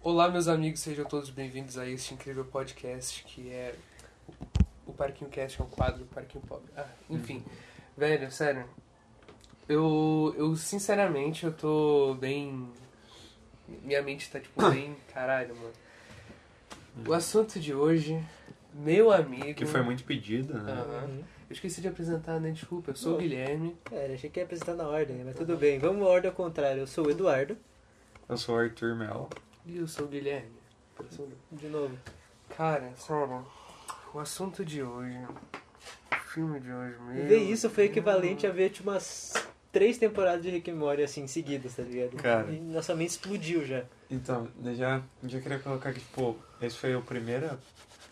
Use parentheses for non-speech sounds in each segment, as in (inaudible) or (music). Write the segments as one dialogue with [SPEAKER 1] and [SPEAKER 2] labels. [SPEAKER 1] Olá, meus amigos, sejam todos bem-vindos a este incrível podcast que é o Parquinho Cast, é um quadro do Parquinho Pobre. Ah,
[SPEAKER 2] Uhum.
[SPEAKER 1] enfim, velho, sério, eu, eu sinceramente eu tô bem. Minha mente tá
[SPEAKER 2] (coughs)
[SPEAKER 1] tipo bem. Caralho, mano. O é assunto de hoje, meu amigo.
[SPEAKER 3] Que foi muito pedido, né?
[SPEAKER 1] Aham. Eu esqueci de apresentar, né? Desculpa, eu sou o
[SPEAKER 2] Não.
[SPEAKER 1] Guilherme.
[SPEAKER 2] Uhum. Cara, achei que ia apresentar na ordem, né? mas tudo bem. Vamos à ordem ao contrário. Eu sou o Eduardo,
[SPEAKER 1] É.
[SPEAKER 3] Eu sou o Arthur Mel.
[SPEAKER 1] E eu sou o Guilherme. Eu sou-
[SPEAKER 2] de novo.
[SPEAKER 1] Cara, sério, o assunto de hoje, o filme de hoje mesmo.
[SPEAKER 2] Ver isso foi equivalente a ver, tipo, umas três temporadas de Rick and Morty, assim, seguidas, tá ligado?
[SPEAKER 3] Cara.
[SPEAKER 2] E nossa mente explodiu já.
[SPEAKER 3] Então, eu já, já queria colocar que, tipo, esse foi o primeira,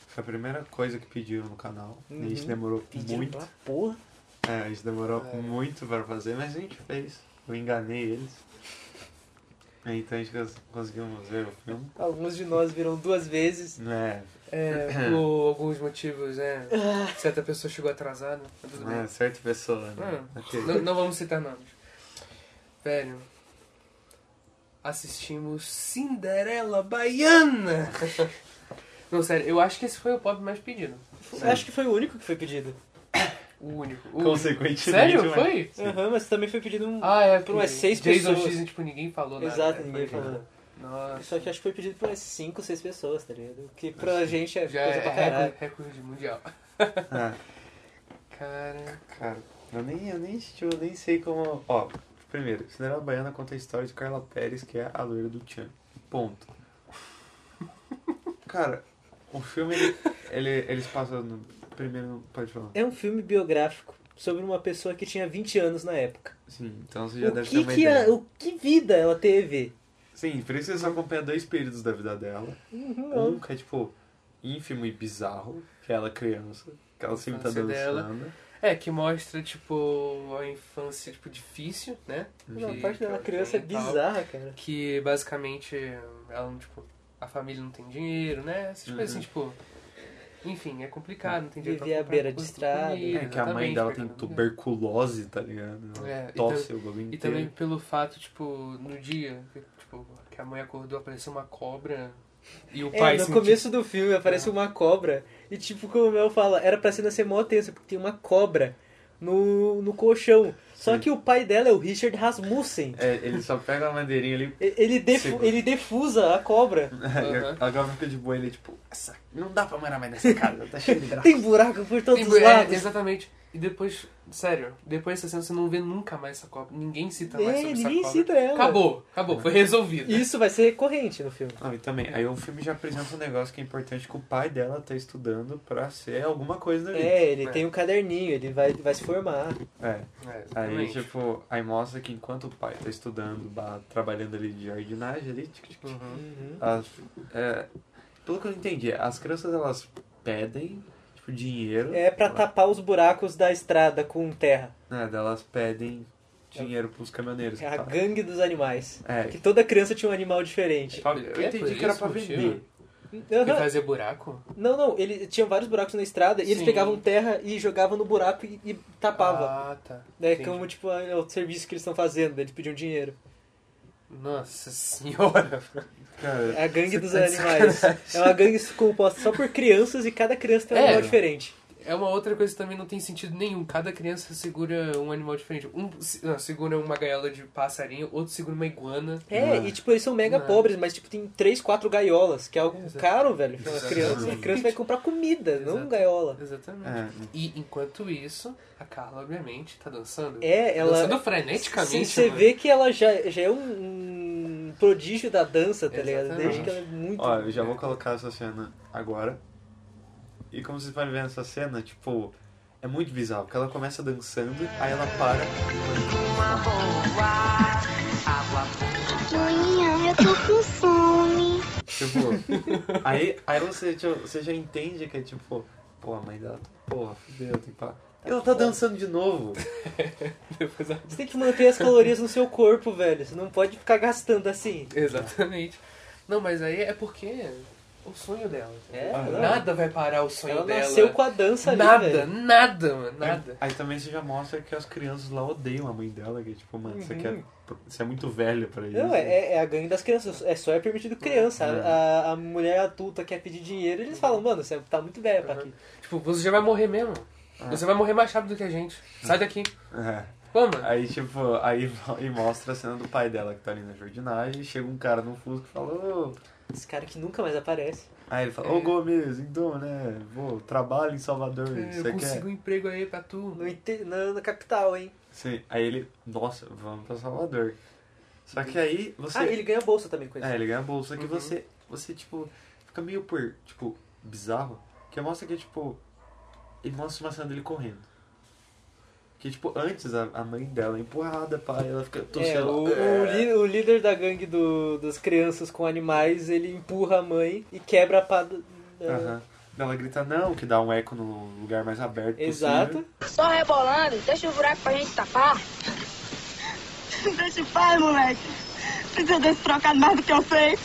[SPEAKER 3] foi a primeira coisa que pediram no canal. E a gente
[SPEAKER 2] Uhum.
[SPEAKER 3] demorou
[SPEAKER 2] Pediram
[SPEAKER 3] muito.
[SPEAKER 2] pra porra.
[SPEAKER 3] É, a gente demorou
[SPEAKER 1] É.
[SPEAKER 3] muito pra fazer, mas a gente fez. Eu enganei eles. É, Então a gente cons- conseguimos ver o filme.
[SPEAKER 2] Alguns de nós viram duas vezes.
[SPEAKER 3] É,
[SPEAKER 1] É,
[SPEAKER 3] (coughs)
[SPEAKER 1] por alguns motivos, né?
[SPEAKER 2] Ah.
[SPEAKER 1] Certa pessoa chegou atrasada, mas tudo
[SPEAKER 3] é
[SPEAKER 1] bem.
[SPEAKER 3] certa pessoa, né?
[SPEAKER 1] Ah,
[SPEAKER 3] Ok.
[SPEAKER 1] Não, não vamos citar nomes. Velho, assistimos Cinderela
[SPEAKER 3] (laughs)
[SPEAKER 1] Baiana. Não, sério, eu acho que esse foi o pop mais pedido.
[SPEAKER 3] Sim.
[SPEAKER 2] Acho que foi o único que foi pedido.
[SPEAKER 1] O único. O...
[SPEAKER 3] Consequentemente.
[SPEAKER 1] Sério?
[SPEAKER 3] mas-
[SPEAKER 1] Foi?
[SPEAKER 3] Sim.
[SPEAKER 2] Aham, mas também foi pedido um...
[SPEAKER 1] Ah, é.
[SPEAKER 2] Por umas
[SPEAKER 1] porque
[SPEAKER 2] seis
[SPEAKER 1] Jason
[SPEAKER 2] pessoas.
[SPEAKER 1] X, tipo, ninguém falou nada.
[SPEAKER 2] Exato,
[SPEAKER 1] né?
[SPEAKER 2] ninguém
[SPEAKER 1] Foi-
[SPEAKER 2] falou.
[SPEAKER 1] Nossa.
[SPEAKER 2] Só que acho que foi pedido por umas cinco, seis pessoas, tá ligado? Que pra gente é
[SPEAKER 1] Já
[SPEAKER 2] coisa pra
[SPEAKER 1] é
[SPEAKER 2] caralho.
[SPEAKER 1] recorde, recorde mundial.
[SPEAKER 3] Ah.
[SPEAKER 1] Cara.
[SPEAKER 3] Cara, eu nem, eu nem, assisti, eu nem sei como. Ó, primeiro, Cinderela Baiana conta a história de Carla Pérez, que é a loira do Tchan. Ponto. Cara, o filme ele, ele, eles passam no. Primeiro, não pode falar.
[SPEAKER 2] É um filme biográfico sobre uma pessoa que tinha 20 anos na época.
[SPEAKER 3] Sim, então você já
[SPEAKER 2] o
[SPEAKER 3] deve ter
[SPEAKER 2] que
[SPEAKER 3] uma
[SPEAKER 2] que é
[SPEAKER 3] ideia.
[SPEAKER 2] a- o que vida ela teve?
[SPEAKER 3] Sim, por isso você só acompanha dois períodos da vida dela.
[SPEAKER 2] Uhum.
[SPEAKER 3] Um que é tipo ínfimo e bizarro, que é ela criança, que ela sempre tá
[SPEAKER 1] Infância dela.
[SPEAKER 3] dançando.
[SPEAKER 1] É, que mostra, tipo, a infância, tipo, difícil, né?
[SPEAKER 2] Não, a
[SPEAKER 1] Que-
[SPEAKER 2] parte
[SPEAKER 1] que
[SPEAKER 2] dela
[SPEAKER 1] ela
[SPEAKER 2] criança é
[SPEAKER 1] tem e tal.
[SPEAKER 2] bizarra, cara.
[SPEAKER 1] Que basicamente ela não, tipo, a família não tem dinheiro, né? Essas coisas
[SPEAKER 3] Uhum.
[SPEAKER 1] assim, tipo. Enfim, é complicado, não tem dinheiro.
[SPEAKER 2] Viver
[SPEAKER 1] pra
[SPEAKER 2] à
[SPEAKER 1] comprar
[SPEAKER 2] beira de
[SPEAKER 1] coisa pra
[SPEAKER 2] estrada.
[SPEAKER 1] comer,
[SPEAKER 3] É que a mãe
[SPEAKER 1] exatamente,
[SPEAKER 3] dela
[SPEAKER 1] pra
[SPEAKER 3] tem
[SPEAKER 1] cada lugar.
[SPEAKER 3] tuberculose, tá ligado? Ela
[SPEAKER 1] É, e
[SPEAKER 3] tosse o bagulho
[SPEAKER 1] E
[SPEAKER 3] inteiro.
[SPEAKER 1] também pelo fato, tipo, no dia que, tipo, que a mãe acordou, apareceu uma cobra e o pai
[SPEAKER 2] É, no
[SPEAKER 1] sentiu-
[SPEAKER 2] começo do filme aparece uma cobra e tipo, como o Mel fala, era pra cena ser mó tensa, porque tem uma cobra no, no colchão. Só
[SPEAKER 3] Sim.
[SPEAKER 2] que o pai dela é o Richard Rasmussen.
[SPEAKER 3] É, ele só pega a madeirinha ali. (laughs)
[SPEAKER 2] E- Ele, defu
[SPEAKER 3] Segura.
[SPEAKER 2] ele defusa a cobra.
[SPEAKER 1] Aham.
[SPEAKER 3] A galera fica de boa ele, tipo, essa, não dá pra morar mais
[SPEAKER 2] (laughs)
[SPEAKER 3] nessa casa, tá cheio de graça.
[SPEAKER 2] Tem buraco por todos
[SPEAKER 1] Tem-
[SPEAKER 2] os
[SPEAKER 1] é,
[SPEAKER 2] lados.
[SPEAKER 1] exatamente. E depois, sério, depois dessa cena você não vê nunca mais essa cobra. Ninguém cita mais
[SPEAKER 2] É,
[SPEAKER 1] tá sobre
[SPEAKER 2] ninguém
[SPEAKER 1] essa cobra.
[SPEAKER 2] cita ela.
[SPEAKER 1] Acabou, acabou,
[SPEAKER 3] É.
[SPEAKER 1] foi resolvido.
[SPEAKER 2] Isso vai ser recorrente no filme.
[SPEAKER 3] Não, e também, aí o filme já apresenta um negócio que é importante que o pai dela tá estudando pra ser alguma coisa ali.
[SPEAKER 2] É, ele
[SPEAKER 1] É.
[SPEAKER 2] tem um caderninho, ele vai, vai se formar.
[SPEAKER 3] É.
[SPEAKER 1] É,
[SPEAKER 3] Aí,
[SPEAKER 1] exatamente.
[SPEAKER 3] tipo, aí mostra que enquanto o pai tá estudando, barra, trabalhando ali de jardinagem ali, tic, tic, tic,
[SPEAKER 1] Uhum.
[SPEAKER 2] Uhum.
[SPEAKER 3] as- é, pelo que eu entendi, as crianças elas pedem, tipo, dinheiro.
[SPEAKER 2] É pra tapar os buracos da estrada com terra.
[SPEAKER 3] né, elas pedem dinheiro pros caminhoneiros.
[SPEAKER 2] É a
[SPEAKER 3] que tá-
[SPEAKER 2] gangue dos animais.
[SPEAKER 3] É,
[SPEAKER 2] Que toda criança tinha um animal diferente.
[SPEAKER 3] eu
[SPEAKER 1] É,
[SPEAKER 3] entendi
[SPEAKER 1] foi
[SPEAKER 3] que era
[SPEAKER 1] esse
[SPEAKER 3] pra
[SPEAKER 1] o motivo?
[SPEAKER 3] vender.
[SPEAKER 1] Porque
[SPEAKER 2] Aham.
[SPEAKER 1] fazer buraco?
[SPEAKER 2] Não, não, ele tinha vários buracos na estrada e eles
[SPEAKER 1] Sim.
[SPEAKER 2] pegavam terra e jogavam no buraco e, e tapavam.
[SPEAKER 1] Ah, tá.
[SPEAKER 2] né,
[SPEAKER 1] entendi.
[SPEAKER 2] como tipo é o serviço que eles estão fazendo, daí eles pediam dinheiro.
[SPEAKER 1] Nossa senhora.
[SPEAKER 3] Cara,
[SPEAKER 2] É a gangue dos
[SPEAKER 1] tá de
[SPEAKER 2] animais. É uma gangue composta só por crianças e cada criança tem um
[SPEAKER 1] É.
[SPEAKER 2] animal diferente.
[SPEAKER 1] É uma outra coisa que também não tem sentido nenhum. Cada criança segura um animal diferente. Um se- não, segura uma gaiola de passarinho, outro segura uma iguana.
[SPEAKER 2] É, e tipo, eles são mega
[SPEAKER 1] Não.
[SPEAKER 2] pobres, mas tipo, tem três, quatro gaiolas, que é algo
[SPEAKER 1] Exato.
[SPEAKER 2] caro, velho. pra
[SPEAKER 1] Exato.
[SPEAKER 2] Criança, a criança vai comprar comida, não
[SPEAKER 1] Exato.
[SPEAKER 2] gaiola.
[SPEAKER 1] Exatamente.
[SPEAKER 3] É,
[SPEAKER 1] E enquanto isso, a Carla, obviamente, tá dançando.
[SPEAKER 2] É, ela.
[SPEAKER 1] Dançando freneticamente.
[SPEAKER 2] Sim, você
[SPEAKER 1] mano.
[SPEAKER 2] vê que ela já, já é um, um prodígio da dança, tá ligado?
[SPEAKER 1] Exatamente.
[SPEAKER 2] Desde que ela é muito.
[SPEAKER 3] ó, eu já vou colocar essa cena agora. E como vocês podem ver nessa cena, tipo, é muito bizarro, porque ela começa dançando, aí ela para.
[SPEAKER 4] Maninha, eu tô com fome.
[SPEAKER 3] Tipo, aí, aí você, tipo, você já entende que é tipo, pô, a mãe dela, porra, fudeu, tem que parar. E ela tá dançando de novo.
[SPEAKER 1] (laughs) Depois ela-
[SPEAKER 2] Você tem que manter as calorias no seu corpo, velho. Você não pode ficar gastando assim.
[SPEAKER 1] Exatamente. Não, mas aí é porque o sonho dela.
[SPEAKER 2] É,
[SPEAKER 1] entendeu?
[SPEAKER 2] não.
[SPEAKER 1] Nada vai parar o sonho
[SPEAKER 2] Ela
[SPEAKER 1] dela.
[SPEAKER 2] nasceu com a dança ali,
[SPEAKER 1] nada, né?
[SPEAKER 2] velho.
[SPEAKER 1] nada, mano,
[SPEAKER 3] Aí-
[SPEAKER 1] nada.
[SPEAKER 3] Aí, também você já mostra que as crianças lá odeiam a mãe dela, que tipo, mano, você,
[SPEAKER 2] Uhum.
[SPEAKER 3] quer, você é muito velho pra isso.
[SPEAKER 2] Não, é, é a gangue das crianças, é só é permitido criança. A-
[SPEAKER 3] É.
[SPEAKER 2] A, a mulher adulta quer pedir dinheiro, eles falam, mano, você tá muito velho pra aqui.
[SPEAKER 1] Tipo, você já vai morrer mesmo.
[SPEAKER 2] É.
[SPEAKER 1] Você vai morrer mais rápido do que a gente. Sai daqui.
[SPEAKER 3] É.
[SPEAKER 1] Pô, mano.
[SPEAKER 3] Aí, tipo, aí vo- e mostra a cena do pai dela que tá ali na jardinagem, e chega um cara num fusca e fala, ô...
[SPEAKER 2] Esse cara que nunca mais aparece.
[SPEAKER 3] Aí ele fala, ô Gomes, então, né, vou, trabalho em Salvador,
[SPEAKER 1] É,
[SPEAKER 3] você
[SPEAKER 1] Eu
[SPEAKER 3] quer?
[SPEAKER 1] consigo um emprego aí pra tu.
[SPEAKER 2] No, inte- na, na capital, hein?
[SPEAKER 3] Sim, aí ele, nossa, vamos pra Salvador. Só que aí você...
[SPEAKER 2] Ah, e ele ganha bolsa também com isso.
[SPEAKER 3] É, ele ganha bolsa. Só que
[SPEAKER 1] Uhum.
[SPEAKER 3] você, você, tipo, fica meio por, tipo, bizarro. Que mostra que, tipo, ele mostra uma cena dele correndo. Que, tipo, antes a, a mãe dela é empurrada, pai, ela fica
[SPEAKER 2] É,
[SPEAKER 3] torcendo.
[SPEAKER 2] o, o li- o líder da gangue do, das crianças com animais, ele empurra a mãe e quebra a ah, pá do- da-
[SPEAKER 3] Aham. Ela grita não, que dá um eco no lugar mais aberto
[SPEAKER 2] É Exato.
[SPEAKER 3] possível.
[SPEAKER 4] Só rebolando, deixa o buraco pra gente tapar. (laughs) deixa o pai, moleque. Precisa desse trocado mais do que eu sei.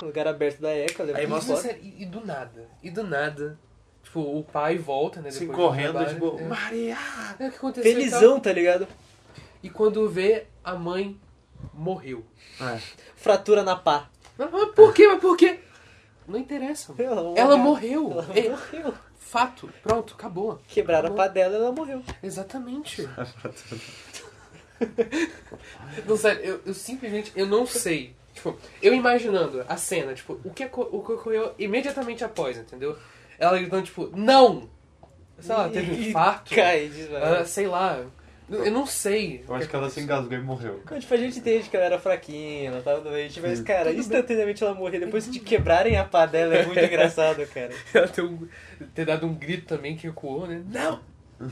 [SPEAKER 2] no lugar aberto da ECA, leva
[SPEAKER 3] Aí
[SPEAKER 2] pra
[SPEAKER 3] mostra-
[SPEAKER 2] fora.
[SPEAKER 1] Sério, E, e do nada. E do nada. Tipo, o pai volta, né?
[SPEAKER 3] Assim,
[SPEAKER 1] depois do
[SPEAKER 3] correndo,
[SPEAKER 1] trabalho.
[SPEAKER 3] tipo,
[SPEAKER 1] É.
[SPEAKER 3] Maria!
[SPEAKER 1] É, o que aconteceu? e tal?
[SPEAKER 2] Felizão, tá ligado?
[SPEAKER 1] E quando vê, a mãe morreu.
[SPEAKER 3] É.
[SPEAKER 2] Fratura na pá.
[SPEAKER 1] Mas, mas por quê? Mas por quê? Não interessa.
[SPEAKER 3] É.
[SPEAKER 1] mano.
[SPEAKER 2] Ela morreu.
[SPEAKER 1] Ela morreu.
[SPEAKER 2] Ela
[SPEAKER 1] É,
[SPEAKER 2] morreu.
[SPEAKER 1] Fato. Pronto, acabou.
[SPEAKER 2] Quebraram a
[SPEAKER 1] Acabou.
[SPEAKER 2] pá dela ela morreu.
[SPEAKER 1] Exatamente. (laughs) não, sério, eu, eu simplesmente eu não sei. Tipo, eu imaginando a cena, tipo, o que, aco- o que ocorreu imediatamente após, entendeu? Ela gritando, tipo, não! Sei lá, teve um
[SPEAKER 2] E
[SPEAKER 1] infarto.
[SPEAKER 2] Cai, desmaia.
[SPEAKER 1] Ah, sei lá. Eu eu não sei.
[SPEAKER 3] Eu acho que ela se engasgou e morreu.
[SPEAKER 2] Não, tipo, a gente entende que ela era fraquinha, ela tava doente, mas,
[SPEAKER 3] Sim.
[SPEAKER 2] cara,
[SPEAKER 1] Tudo
[SPEAKER 2] instantaneamente ela morrer depois de quebrarem a pá dela
[SPEAKER 1] (laughs)
[SPEAKER 2] é muito engraçado, cara.
[SPEAKER 1] Ela ter, um- ter dado um grito também que ecoou, né? Não!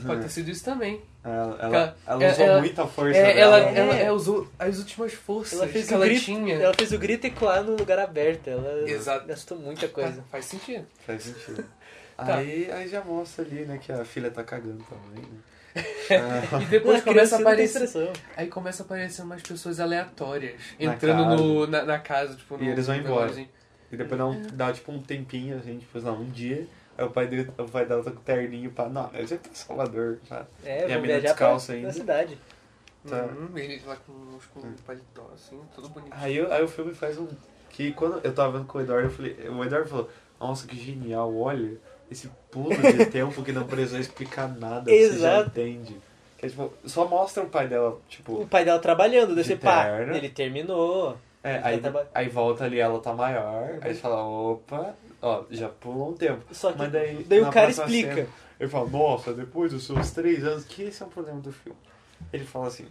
[SPEAKER 1] Pode ter sido isso também.
[SPEAKER 3] Uhum. Ela, ela,
[SPEAKER 1] Cara,
[SPEAKER 3] ela
[SPEAKER 1] é-
[SPEAKER 3] usou
[SPEAKER 1] ela-
[SPEAKER 3] muita força
[SPEAKER 1] É, ela,
[SPEAKER 3] dela. né?
[SPEAKER 1] ela,
[SPEAKER 2] É.
[SPEAKER 1] é, usou as últimas forças
[SPEAKER 2] Ela fez,
[SPEAKER 1] que
[SPEAKER 2] o
[SPEAKER 1] ela
[SPEAKER 2] grito,
[SPEAKER 1] tinha.
[SPEAKER 2] ela fez o grito ecoar no lugar aberto, ela
[SPEAKER 1] Exato.
[SPEAKER 2] gastou muita coisa.
[SPEAKER 1] Faz,
[SPEAKER 3] (laughs)
[SPEAKER 1] faz sentido.
[SPEAKER 3] Faz sentido.
[SPEAKER 1] Tá.
[SPEAKER 3] Aí, aí já mostra ali, né, que a filha tá cagando também,
[SPEAKER 1] (laughs)
[SPEAKER 3] né? É,
[SPEAKER 1] E depois começa a
[SPEAKER 2] Não, criancinha não tem
[SPEAKER 1] aparecer.
[SPEAKER 2] expressão.
[SPEAKER 1] Aí começa a aparecer umas pessoas aleatórias
[SPEAKER 3] Na
[SPEAKER 1] entrando
[SPEAKER 3] casa.
[SPEAKER 1] No, na, na casa, tipo,
[SPEAKER 3] E
[SPEAKER 1] no,
[SPEAKER 3] eles vão
[SPEAKER 1] no
[SPEAKER 3] embora.
[SPEAKER 1] negócio.
[SPEAKER 3] E depois dá, um, dá tipo um tempinho, assim, tipo, sei lá, um dia. Aí o pai, dele, o pai dela tá com o terninho pra. Não, eu já tô em Salvador. Pá.
[SPEAKER 2] É,
[SPEAKER 3] E a
[SPEAKER 2] vão
[SPEAKER 3] mina
[SPEAKER 2] viajar pra,
[SPEAKER 3] descalça ainda.
[SPEAKER 2] pra cidade.
[SPEAKER 3] Tá.
[SPEAKER 1] Uhum, eles lá com uns com um paletó, assim, tudo bonito.
[SPEAKER 3] Aí, eu- aí o filme faz um. Que quando eu tava vendo com o Eduardo, eu falei. O Eduardo falou: Nossa, que genial, olha esse pulo de tempo que não precisou explicar nada. Você já
[SPEAKER 2] Exato.
[SPEAKER 3] entende. Que é tipo, só mostra o pai dela, tipo.
[SPEAKER 2] O pai dela trabalhando,
[SPEAKER 3] De
[SPEAKER 2] desse pá,
[SPEAKER 3] terno.
[SPEAKER 2] ele terminou.
[SPEAKER 3] É, aí,
[SPEAKER 2] tava-
[SPEAKER 3] aí volta ali, ela tá maior. Aí você fala: Opa, ó, já pulou um tempo.
[SPEAKER 2] Só que
[SPEAKER 3] Mas daí,
[SPEAKER 2] daí
[SPEAKER 3] na
[SPEAKER 2] o cara
[SPEAKER 3] próxima
[SPEAKER 2] explica.
[SPEAKER 3] cena, ele fala, nossa, depois dos seus três anos, que esse é um problema do filme. Ele fala assim,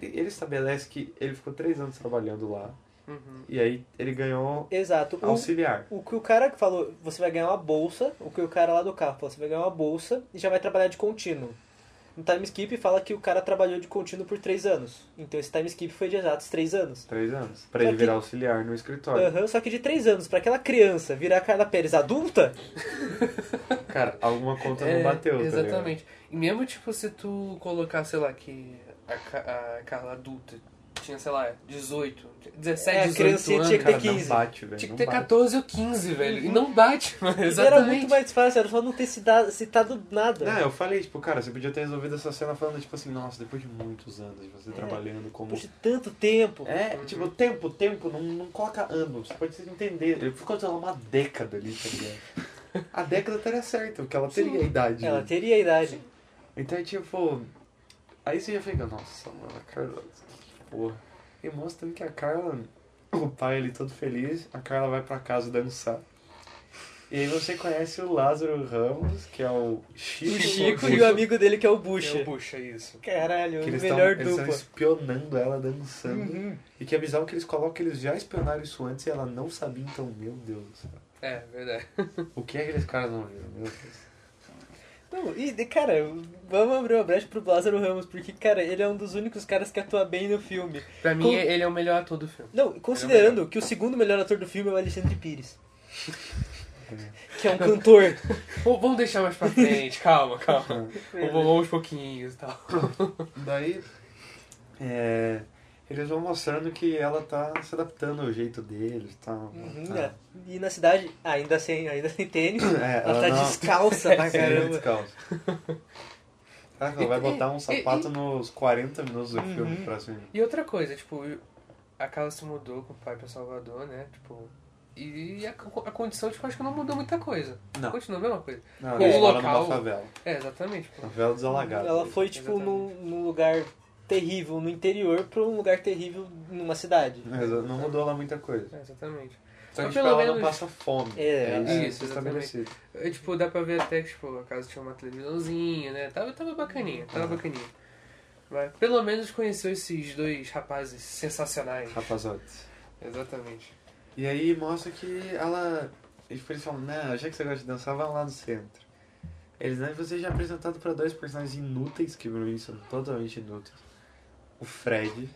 [SPEAKER 3] ele, ele estabelece que ele ficou três anos trabalhando lá,
[SPEAKER 1] Uhum.
[SPEAKER 3] e aí ele ganhou
[SPEAKER 2] Exato. O-
[SPEAKER 3] auxiliar.
[SPEAKER 2] O que o cara que falou, você vai ganhar uma bolsa, o que o cara lá do carro falou, você vai ganhar uma bolsa e já vai trabalhar de contínuo. No time skip fala que o cara trabalhou de contínuo por 3 anos. Então esse time skip foi de exatos 3 anos.
[SPEAKER 3] Três anos. Pra
[SPEAKER 2] Só
[SPEAKER 3] ele
[SPEAKER 2] que-
[SPEAKER 3] virar auxiliar no escritório.
[SPEAKER 2] Aham, só que de 3 anos, pra aquela criança virar Carla Pérez adulta,
[SPEAKER 3] Cara, alguma conta não
[SPEAKER 1] É,
[SPEAKER 3] bateu, tá
[SPEAKER 1] Exatamente. e mesmo, tipo, se tu colocar, sei lá, que a, Ca- a Carla adulta tinha, sei lá, 18, 17,
[SPEAKER 2] É, a
[SPEAKER 1] 18
[SPEAKER 2] criancinha
[SPEAKER 1] anos.
[SPEAKER 2] tinha
[SPEAKER 3] tá
[SPEAKER 1] cara.
[SPEAKER 3] ligado? Cara,
[SPEAKER 2] que ter
[SPEAKER 3] não
[SPEAKER 2] 15.
[SPEAKER 3] bate, velho.
[SPEAKER 1] Tinha que
[SPEAKER 3] não
[SPEAKER 1] ter
[SPEAKER 3] bate.
[SPEAKER 1] 14 ou 15, velho. E não bate, (laughs) mano.
[SPEAKER 2] era
[SPEAKER 1] Exatamente.
[SPEAKER 2] muito mais fácil, era só não ter citado, citado nada.
[SPEAKER 3] Não, eu falei, tipo, cara, você podia ter resolvido essa cena falando, tipo assim, nossa, depois de muitos anos de você
[SPEAKER 2] É.
[SPEAKER 3] trabalhando como
[SPEAKER 2] Depois de tanto tempo.
[SPEAKER 3] É, tipo, tempo, tempo, não, não coloca ano. Você pode entender. Ele ficou, sei lá, uma década ali, tá ligado? (laughs) A década estaria certa, porque ela teria a idade. né?
[SPEAKER 2] Ela teria a idade.
[SPEAKER 3] Então é tipo. Aí você já fica, nossa, mano, a Carla. Que porra. E mostra também que a Carla, o pai ali todo feliz, a Carla vai pra casa dançar. E aí você conhece o Lázaro Ramos, que é o Chico.
[SPEAKER 2] O Chico
[SPEAKER 3] Bucha,
[SPEAKER 2] e o amigo dele que é o
[SPEAKER 1] Puxa.
[SPEAKER 3] um
[SPEAKER 2] Bucha.
[SPEAKER 1] Puxa, isso.
[SPEAKER 2] Caralho,
[SPEAKER 3] Que eles
[SPEAKER 2] melhor
[SPEAKER 3] tão, eles tão
[SPEAKER 2] dupla.
[SPEAKER 3] espionando ela dançando.
[SPEAKER 2] Uhum.
[SPEAKER 3] E que é bizarro que eles colocam que eles já espionaram isso antes e ela não sabia, então, meu Deus do céu.
[SPEAKER 1] É, verdade.
[SPEAKER 3] O que é que aqueles caras não viram, meu Deus?
[SPEAKER 2] Não, e, de- cara, vamos abrir uma brecha pro Lázaro Ramos, porque, cara, ele é um dos únicos caras que atua bem no filme.
[SPEAKER 1] Pra mim,
[SPEAKER 2] Como-
[SPEAKER 1] ele é o melhor ator do filme.
[SPEAKER 2] é Não, considerando que o segundo melhor ator do filme é o Alexandre Pires. (laughs) que é
[SPEAKER 3] (laughs)
[SPEAKER 2] um cantor.
[SPEAKER 1] Pô, Vamos deixar mais (laughs) pra frente, calma, calma. Vamos vamos aos pouquinhos e tal.
[SPEAKER 3] Daí, é, eles vão mostrando que ela tá se adaptando ao jeito deles e tal.
[SPEAKER 2] Uhum,
[SPEAKER 3] tá.
[SPEAKER 2] é. E na cidade, ainda sem, ainda
[SPEAKER 3] (laughs)
[SPEAKER 2] sem tênis,
[SPEAKER 3] É,
[SPEAKER 2] ela,
[SPEAKER 3] ela
[SPEAKER 2] tá
[SPEAKER 3] não-
[SPEAKER 2] descalça
[SPEAKER 3] (laughs)
[SPEAKER 2] pra
[SPEAKER 3] Sim, ela
[SPEAKER 2] caramba. (laughs)
[SPEAKER 3] descalça. Caraca, ela vai botar um sapato nos 40 minutos do filme,
[SPEAKER 2] Uhum.
[SPEAKER 3] pra assim.
[SPEAKER 1] E outra coisa, tipo, a Carla se mudou com o pai pra Salvador, né? Tipo. E a, a condição, tipo, acho que não mudou muita coisa.
[SPEAKER 3] Não.
[SPEAKER 1] Continua a mesma coisa.
[SPEAKER 3] Não,
[SPEAKER 1] Com
[SPEAKER 3] eles
[SPEAKER 1] o
[SPEAKER 3] moram
[SPEAKER 1] local.
[SPEAKER 3] numa favela.
[SPEAKER 1] É, exatamente. Tipo,
[SPEAKER 3] Favela desalagada.
[SPEAKER 2] Ela foi, tipo, num, num lugar terrível no interior pra um lugar terrível numa cidade.
[SPEAKER 3] Mas Não mudou lá muita coisa.
[SPEAKER 1] é, exatamente.
[SPEAKER 3] Só que
[SPEAKER 1] Mas
[SPEAKER 3] tipo,
[SPEAKER 1] pelo
[SPEAKER 3] ela não
[SPEAKER 1] menos-
[SPEAKER 3] passa fome.
[SPEAKER 2] É,
[SPEAKER 3] isso,
[SPEAKER 1] é,
[SPEAKER 3] isso
[SPEAKER 1] exatamente.
[SPEAKER 3] estabelecido.
[SPEAKER 1] É, tipo, dá pra ver até que, tipo, a casa tinha uma televisãozinha, né? Tava, tava bacaninha, tava
[SPEAKER 3] Aham.
[SPEAKER 1] bacaninha. Mas pelo menos conheceu esses dois rapazes sensacionais.
[SPEAKER 3] Rapazotes.
[SPEAKER 1] Exatamente.
[SPEAKER 3] E aí mostra que ela. E tipo, eles falam, né, já que você gosta de dançar, vá lá no centro. Eles, né, você já é apresentado pra dois personagens inúteis, que pra mim são totalmente inúteis. O Fred,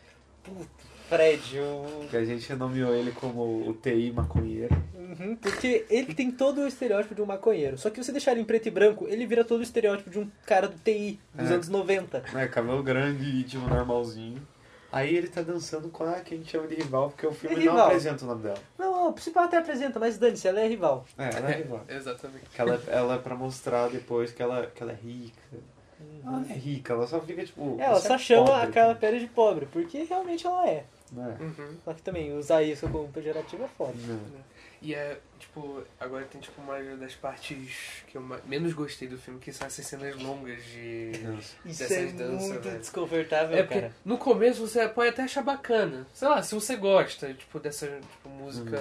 [SPEAKER 2] Fred, o...
[SPEAKER 3] que a gente nomeou ele como o TI maconheiro.
[SPEAKER 2] Uhum, porque ele tem todo o estereótipo de um maconheiro. Só que você deixar ele em preto e branco, ele vira todo o estereótipo de um cara do TI dos
[SPEAKER 3] É.
[SPEAKER 2] anos 90.
[SPEAKER 3] Né, cabelo grande e tipo normalzinho. Aí ele tá dançando com a que a gente chama de rival, porque o filme não
[SPEAKER 2] Rival.
[SPEAKER 3] apresenta o nome dela.
[SPEAKER 2] Não, o principal até apresenta, mas dane-se, ela é rival.
[SPEAKER 3] É, ela
[SPEAKER 2] (laughs)
[SPEAKER 3] é rival.
[SPEAKER 1] (laughs) Exatamente.
[SPEAKER 3] Que ela, ela é pra mostrar depois que ela, que ela é rica. Ela não é rica, ela só fica tipo.
[SPEAKER 2] Ah, Ela
[SPEAKER 3] você
[SPEAKER 2] só
[SPEAKER 3] é
[SPEAKER 2] chama
[SPEAKER 3] pobre,
[SPEAKER 2] a Carla Pérez de pobre, porque realmente ela é.
[SPEAKER 3] Né?
[SPEAKER 1] Uhum.
[SPEAKER 2] Só que também usar isso como pejorativo é foda.
[SPEAKER 3] Não.
[SPEAKER 1] E é, tipo, agora tem tipo uma das partes que eu ma- menos gostei do filme, que são essas cenas longas de.
[SPEAKER 3] Nossa.
[SPEAKER 2] Isso
[SPEAKER 1] Dessas
[SPEAKER 2] é
[SPEAKER 1] danças,
[SPEAKER 2] muito
[SPEAKER 1] velho.
[SPEAKER 2] desconfortável,
[SPEAKER 1] É porque
[SPEAKER 2] cara.
[SPEAKER 1] no começo você pode até achar bacana. Sei lá, se você gosta, tipo, dessa tipo, música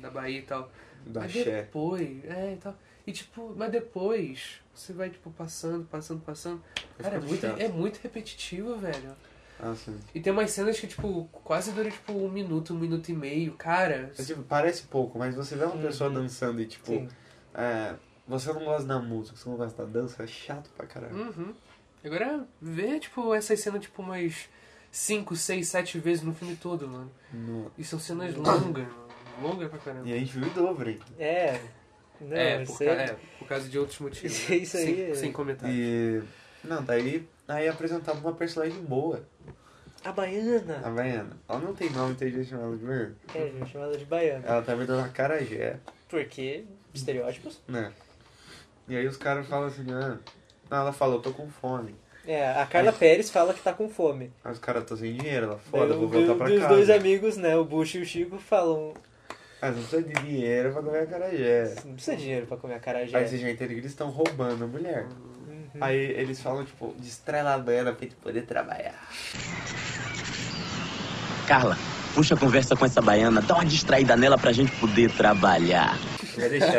[SPEAKER 1] da Bahia e tal.
[SPEAKER 3] Hum. Da
[SPEAKER 1] mas
[SPEAKER 3] Xé.
[SPEAKER 1] depois, é, e tal. E tipo, mas depois você vai, tipo, passando, passando, passando. Cara, é
[SPEAKER 3] ficando
[SPEAKER 1] muito,
[SPEAKER 3] chato.
[SPEAKER 1] é muito repetitivo, velho.
[SPEAKER 3] Ah, sim.
[SPEAKER 1] E tem umas cenas que, tipo, quase dura, tipo, um minuto, um minuto e meio. Cara,
[SPEAKER 3] É, tipo, parece pouco, mas você vê uma pessoa dançando e, tipo,
[SPEAKER 2] Sim.
[SPEAKER 3] é, você não gosta da música, você não gosta da dança, é chato pra caralho.
[SPEAKER 1] Uhum. Agora, vê, tipo, essas cenas, tipo, umas 5, 6, 7 vezes no filme todo, mano.
[SPEAKER 3] No-
[SPEAKER 1] E são cenas longas, mano. Longas pra caramba.
[SPEAKER 3] E a gente viu o dobro, hein?
[SPEAKER 2] É. Não,
[SPEAKER 1] é, por
[SPEAKER 2] isso
[SPEAKER 1] ca-
[SPEAKER 2] é-
[SPEAKER 1] é, por causa de outros motivos.
[SPEAKER 2] Isso-
[SPEAKER 1] né?
[SPEAKER 2] isso aí
[SPEAKER 1] Sem,
[SPEAKER 2] é-
[SPEAKER 1] sem comentar.
[SPEAKER 3] E. Não, daí. Aí é apresentado uma personagem boa,
[SPEAKER 2] A baiana.
[SPEAKER 3] a Baiana. Ela não tem nome, tem gente chamada de Baiana.
[SPEAKER 2] É, a gente chama ela de baiana.
[SPEAKER 3] Ela tá vendendo a Carajé,
[SPEAKER 2] Porque estereótipos.
[SPEAKER 3] né? E aí os caras falam assim, ah, não, ela falou, tô com fome.
[SPEAKER 2] É, a Carla Pérez fala que tá com fome.
[SPEAKER 3] Aí os caras, tô sem dinheiro, ela,
[SPEAKER 2] Daí
[SPEAKER 3] foda,
[SPEAKER 2] o-
[SPEAKER 3] vou voltar
[SPEAKER 2] do-
[SPEAKER 3] pra
[SPEAKER 2] dos
[SPEAKER 3] casa.
[SPEAKER 2] dois amigos, né, o Bush e o Chico, falam...
[SPEAKER 3] Ah, não precisa de dinheiro pra comer a Carajé.
[SPEAKER 2] Não precisa de dinheiro pra comer a cara
[SPEAKER 1] É.
[SPEAKER 3] Aí vocês já entendem que eles estão roubando a mulher.
[SPEAKER 1] Uhum.
[SPEAKER 3] Aí eles falam, tipo, de estreladeira pra gente poder
[SPEAKER 1] (laughs)
[SPEAKER 3] trabalhar.
[SPEAKER 5] Carla, puxa a conversa com essa baiana, dá uma distraída nela pra gente poder trabalhar.
[SPEAKER 3] Vai deixar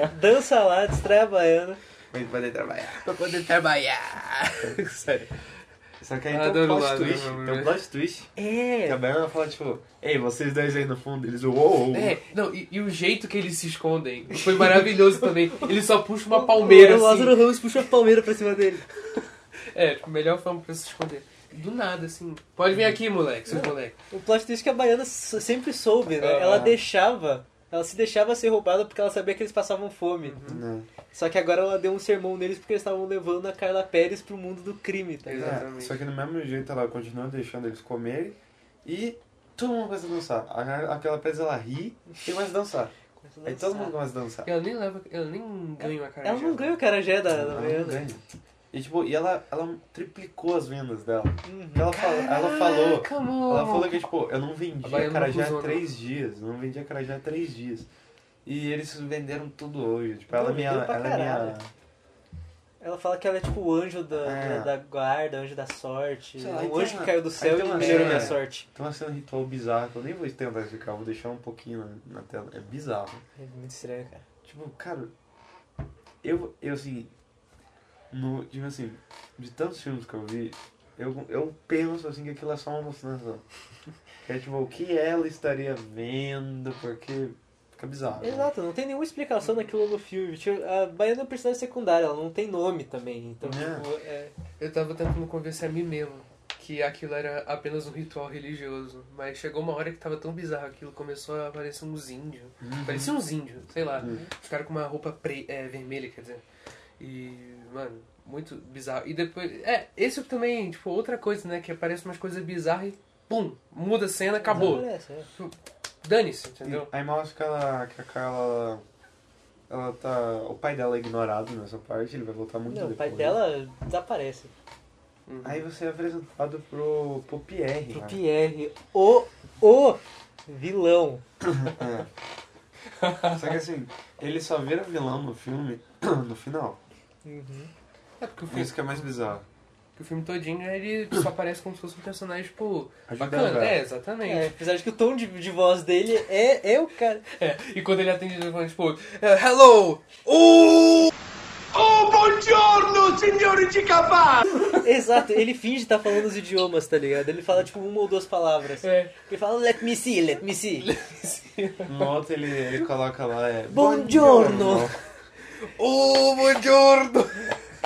[SPEAKER 3] aí.
[SPEAKER 2] Dança lá, distrai a baiana.
[SPEAKER 3] pra gente poder trabalhar.
[SPEAKER 1] Pra poder trabalhar.
[SPEAKER 3] (laughs)
[SPEAKER 1] Sério.
[SPEAKER 3] Só que aí
[SPEAKER 1] Eu
[SPEAKER 3] tem um
[SPEAKER 1] adoro
[SPEAKER 3] plot
[SPEAKER 1] lado,
[SPEAKER 3] twist.
[SPEAKER 1] né,
[SPEAKER 3] Tem um
[SPEAKER 1] mano?
[SPEAKER 3] plot twist.
[SPEAKER 2] É.
[SPEAKER 3] Que a Baiana fala, tipo, ei, vocês dois aí no fundo. Eles, uou.
[SPEAKER 1] É, não, e, e o jeito que eles se escondem foi maravilhoso também. Ele só puxa uma palmeira,
[SPEAKER 2] (laughs) O
[SPEAKER 1] assim.
[SPEAKER 2] Lázaro Ramos puxa a palmeira pra cima dele.
[SPEAKER 1] É, tipo, melhor forma pra se esconder. Do nada, assim. Pode vir aqui, moleque, seus moleque.
[SPEAKER 2] O plot twist é que a baiana s- sempre soube, né?
[SPEAKER 1] Ah.
[SPEAKER 2] Ela deixava... Ela se deixava ser roubada porque ela sabia que eles passavam fome.
[SPEAKER 3] Né?
[SPEAKER 2] Só que agora ela deu um sermão neles porque eles estavam levando a Carla Pérez pro mundo do crime, tá ligado?
[SPEAKER 3] É,
[SPEAKER 1] Exatamente.
[SPEAKER 3] só que no mesmo jeito ela continua deixando eles comerem. E todo mundo começa a dançar. A- Aquela presa, ela ri e começa a dançar. Aí todo mundo começa a dançar.
[SPEAKER 1] Ela nem leva. Ela nem ganha a cara
[SPEAKER 2] Ela não ganha o carajé da, da
[SPEAKER 3] Ela
[SPEAKER 2] manhã,
[SPEAKER 3] né? não
[SPEAKER 2] né?
[SPEAKER 3] ganha. E, tipo, e ela, ela triplicou as vendas dela. Porque Ela, fala- ela falou... Ela falou que, tipo, eu não
[SPEAKER 1] A
[SPEAKER 3] vendia
[SPEAKER 1] Baiana não
[SPEAKER 3] carajé há
[SPEAKER 1] usou,
[SPEAKER 3] três dias. Eu não vendia carajé há três dias. E eles venderam tudo hoje. Tipo, ela é
[SPEAKER 2] Não,
[SPEAKER 3] minha.
[SPEAKER 2] vendeu pra
[SPEAKER 3] Ela é minha.
[SPEAKER 2] caralho. Ela fala que ela é tipo o anjo da,
[SPEAKER 3] É.
[SPEAKER 2] da, da guarda, anjo da sorte.
[SPEAKER 3] Sei lá, aí
[SPEAKER 2] um
[SPEAKER 3] tem
[SPEAKER 2] anjo
[SPEAKER 3] uma-
[SPEAKER 2] que caiu do
[SPEAKER 3] aí
[SPEAKER 2] céu
[SPEAKER 3] tem
[SPEAKER 2] e
[SPEAKER 3] uma
[SPEAKER 2] mineiro
[SPEAKER 3] cena-
[SPEAKER 2] da sorte.
[SPEAKER 3] Então vai ser um ritual bizarro que eu nem vou tentar explicar, vou deixar um pouquinho na, na tela. É bizarro.
[SPEAKER 2] É muito estranho, cara.
[SPEAKER 3] Tipo, cara. Eu, eu assim. No, tipo assim, de tantos filmes que eu vi, eu, eu penso assim que aquilo é só uma
[SPEAKER 2] (laughs)
[SPEAKER 3] alucinação. Que é tipo, o que ela estaria vendo, porque fica bizarro. né?
[SPEAKER 2] Exato, não tem nenhuma explicação daquilo no filme. Tipo, a Baiana é um personagem secundário, ela não tem nome também. Então,
[SPEAKER 3] É.
[SPEAKER 2] tipo, é.
[SPEAKER 1] Eu tava tentando convencer a mim mesmo que aquilo era apenas um ritual religioso. Mas chegou uma hora que tava tão bizarro aquilo, começou a aparecer uns índios.
[SPEAKER 3] Uhum.
[SPEAKER 1] Parecia um uns índios, sei lá. Os caras com uma roupa pre é, vermelha, quer dizer. E, mano, muito bizarro. E depois. É, esse também, tipo, outra coisa, né? Que aparece umas coisas bizarras e pum, muda a cena, acabou.
[SPEAKER 2] Parece, é.
[SPEAKER 1] Dane-se, entendeu?
[SPEAKER 3] E Aí mostra que ela, que a Carla, ela tá, o pai dela é ignorado nessa parte, ele vai voltar muito
[SPEAKER 2] Não, o
[SPEAKER 3] depois.
[SPEAKER 2] pai dela desaparece.
[SPEAKER 1] Uhum.
[SPEAKER 3] Aí você é apresentado pro, pro Pierre.
[SPEAKER 2] Pro
[SPEAKER 3] né?
[SPEAKER 2] Pierre, o, o vilão.
[SPEAKER 3] Só
[SPEAKER 2] né?
[SPEAKER 3] que assim, ele só vira vilão no filme (coughs) no final. Uhum.
[SPEAKER 1] É porque o filme,
[SPEAKER 3] Isso que é mais bizarro.
[SPEAKER 1] que o filme todinho ele só aparece como se fosse um personagem, tipo.
[SPEAKER 3] Ajudando,
[SPEAKER 1] bacana.
[SPEAKER 3] é.
[SPEAKER 1] É,
[SPEAKER 2] É,
[SPEAKER 1] exatamente.
[SPEAKER 2] apesar de que o tom de, de voz dele é, é o cara.
[SPEAKER 1] É, E quando ele atende, ele fala, tipo, "Eh, hello! Uh!
[SPEAKER 6] Oh, buongiorno, signori di Cavà!
[SPEAKER 2] Exato, ele finge estar falando os idiomas, tá ligado? Ele fala tipo uma ou duas palavras.
[SPEAKER 1] É.
[SPEAKER 2] Ele fala, let me see, let me see.
[SPEAKER 3] No Um outro ele, ele coloca lá é.
[SPEAKER 2] Buongiorno.
[SPEAKER 1] Uh, buongiorno!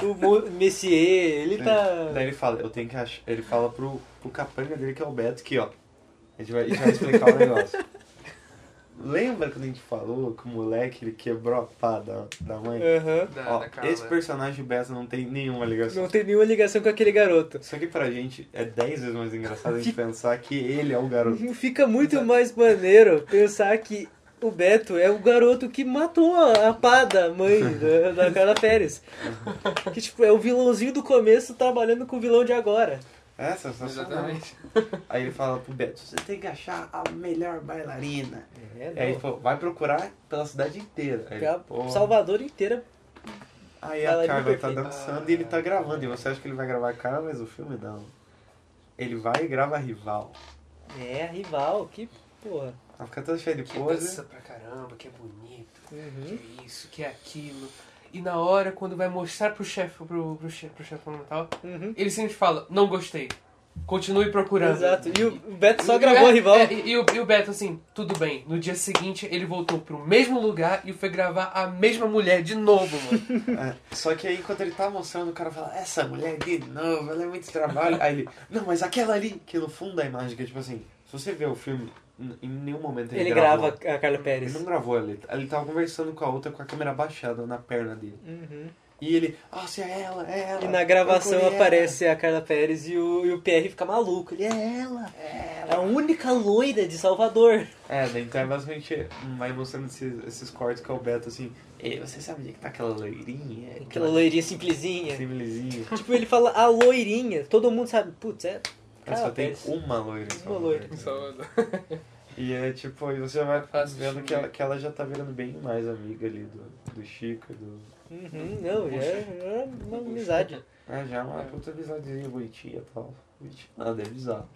[SPEAKER 2] O Mo- Messier, ele tá.
[SPEAKER 3] Daí ele fala, eu tenho que achar. Ele fala pro, pro capanga dele que é o Beto aqui, ó. A gente vai, a gente vai explicar o negócio. Lembra quando a gente falou que o moleque ele quebrou a pá da, da mãe?
[SPEAKER 2] Aham.
[SPEAKER 1] Da- né?
[SPEAKER 3] Ó,
[SPEAKER 1] da Carla.
[SPEAKER 3] esse personagem o Beto não tem nenhuma ligação.
[SPEAKER 2] Não tem nenhuma ligação com aquele garoto.
[SPEAKER 3] Isso aqui pra gente é 10 vezes mais engraçado a gente pensar que ele é o garoto.
[SPEAKER 2] Fica muito mais maneiro pensar que o Beto é o garoto que matou a a pá da mãe da, da Carla Pérez. Que tipo, é o vilãozinho do começo trabalhando com o vilão de agora.
[SPEAKER 3] É sensacional.
[SPEAKER 2] (laughs)
[SPEAKER 1] Exatamente.
[SPEAKER 3] Aí ele fala pro Beto, você tem que achar a melhor bailarina.
[SPEAKER 2] É,
[SPEAKER 3] Aí ele falou, vai procurar pela cidade inteira. Aí, ele, pô.
[SPEAKER 2] Salvador inteira.
[SPEAKER 3] Aí a
[SPEAKER 2] bailarina
[SPEAKER 3] Carla tá
[SPEAKER 2] perfeita.
[SPEAKER 3] dançando e ele tá gravando. E você acha que ele vai gravar a Carla, mas o filme não. Ele vai e grava a rival.
[SPEAKER 2] É, a rival, que porra.
[SPEAKER 3] Ela fica toda cheia de
[SPEAKER 1] Que
[SPEAKER 3] pose.
[SPEAKER 1] dança pra caramba, que é bonito, que é
[SPEAKER 2] Hum?
[SPEAKER 1] isso, que é aquilo. E na hora, quando vai mostrar pro chefe, pro, pro chefe, pro chefe fundamental,
[SPEAKER 2] Uhum.
[SPEAKER 1] ele sempre fala, não gostei. Continue procurando.
[SPEAKER 2] Exato. E o o Beto só
[SPEAKER 1] E-
[SPEAKER 2] gravou
[SPEAKER 1] é,
[SPEAKER 2] a rival.
[SPEAKER 1] é, e, e o, e o Beto, assim, tudo bem. No dia seguinte, ele voltou pro mesmo lugar e foi gravar a mesma mulher de novo, (laughs) mano.
[SPEAKER 3] É. Só que aí quando ele tá mostrando, o cara fala, essa mulher de novo, ela é muito trabalho. aí ele, não, mas aquela ali, que no fundo da imagem, que é tipo assim, se você vê o filme, n- em nenhum momento ele,
[SPEAKER 2] Ele
[SPEAKER 3] gravou. Uhum.
[SPEAKER 2] grava a Carla Pérez.
[SPEAKER 3] Ele não gravou ali. Ele tava conversando com a outra com a câmera baixada na perna dele.
[SPEAKER 2] Uhum.
[SPEAKER 3] E ele, nossa, é ela, é ela.
[SPEAKER 2] E na gravação
[SPEAKER 3] Procurei ela."
[SPEAKER 2] aparece a Carla Pérez e o, e o PR fica maluco. Ele é ela. É ela. A única loira de Salvador.
[SPEAKER 3] É, daí então é basicamente vai mostrando esses, esses cortes que é o Beto assim. "Ei, você sabe onde é que tá aquela loirinha?
[SPEAKER 2] Aquela loirinha simplesinha.
[SPEAKER 3] Simplesinha.
[SPEAKER 2] Tipo, ele fala a loirinha. Todo mundo sabe. Putz, é.
[SPEAKER 3] Cara, só
[SPEAKER 2] Carla
[SPEAKER 3] tem
[SPEAKER 2] Pérez.
[SPEAKER 3] uma loira. em Salvador.
[SPEAKER 2] loira.
[SPEAKER 3] E é tipo, aí você vai
[SPEAKER 1] Fácil
[SPEAKER 3] vendo
[SPEAKER 1] de
[SPEAKER 3] que ela, que ela já tá virando bem mais amiga ali do, do Chico. Do...
[SPEAKER 2] Uhum, não, já é, é uma amizade.
[SPEAKER 3] É, já é uma puta visadinha bonitinha e tal. Bonitinha Nada, é bizarro.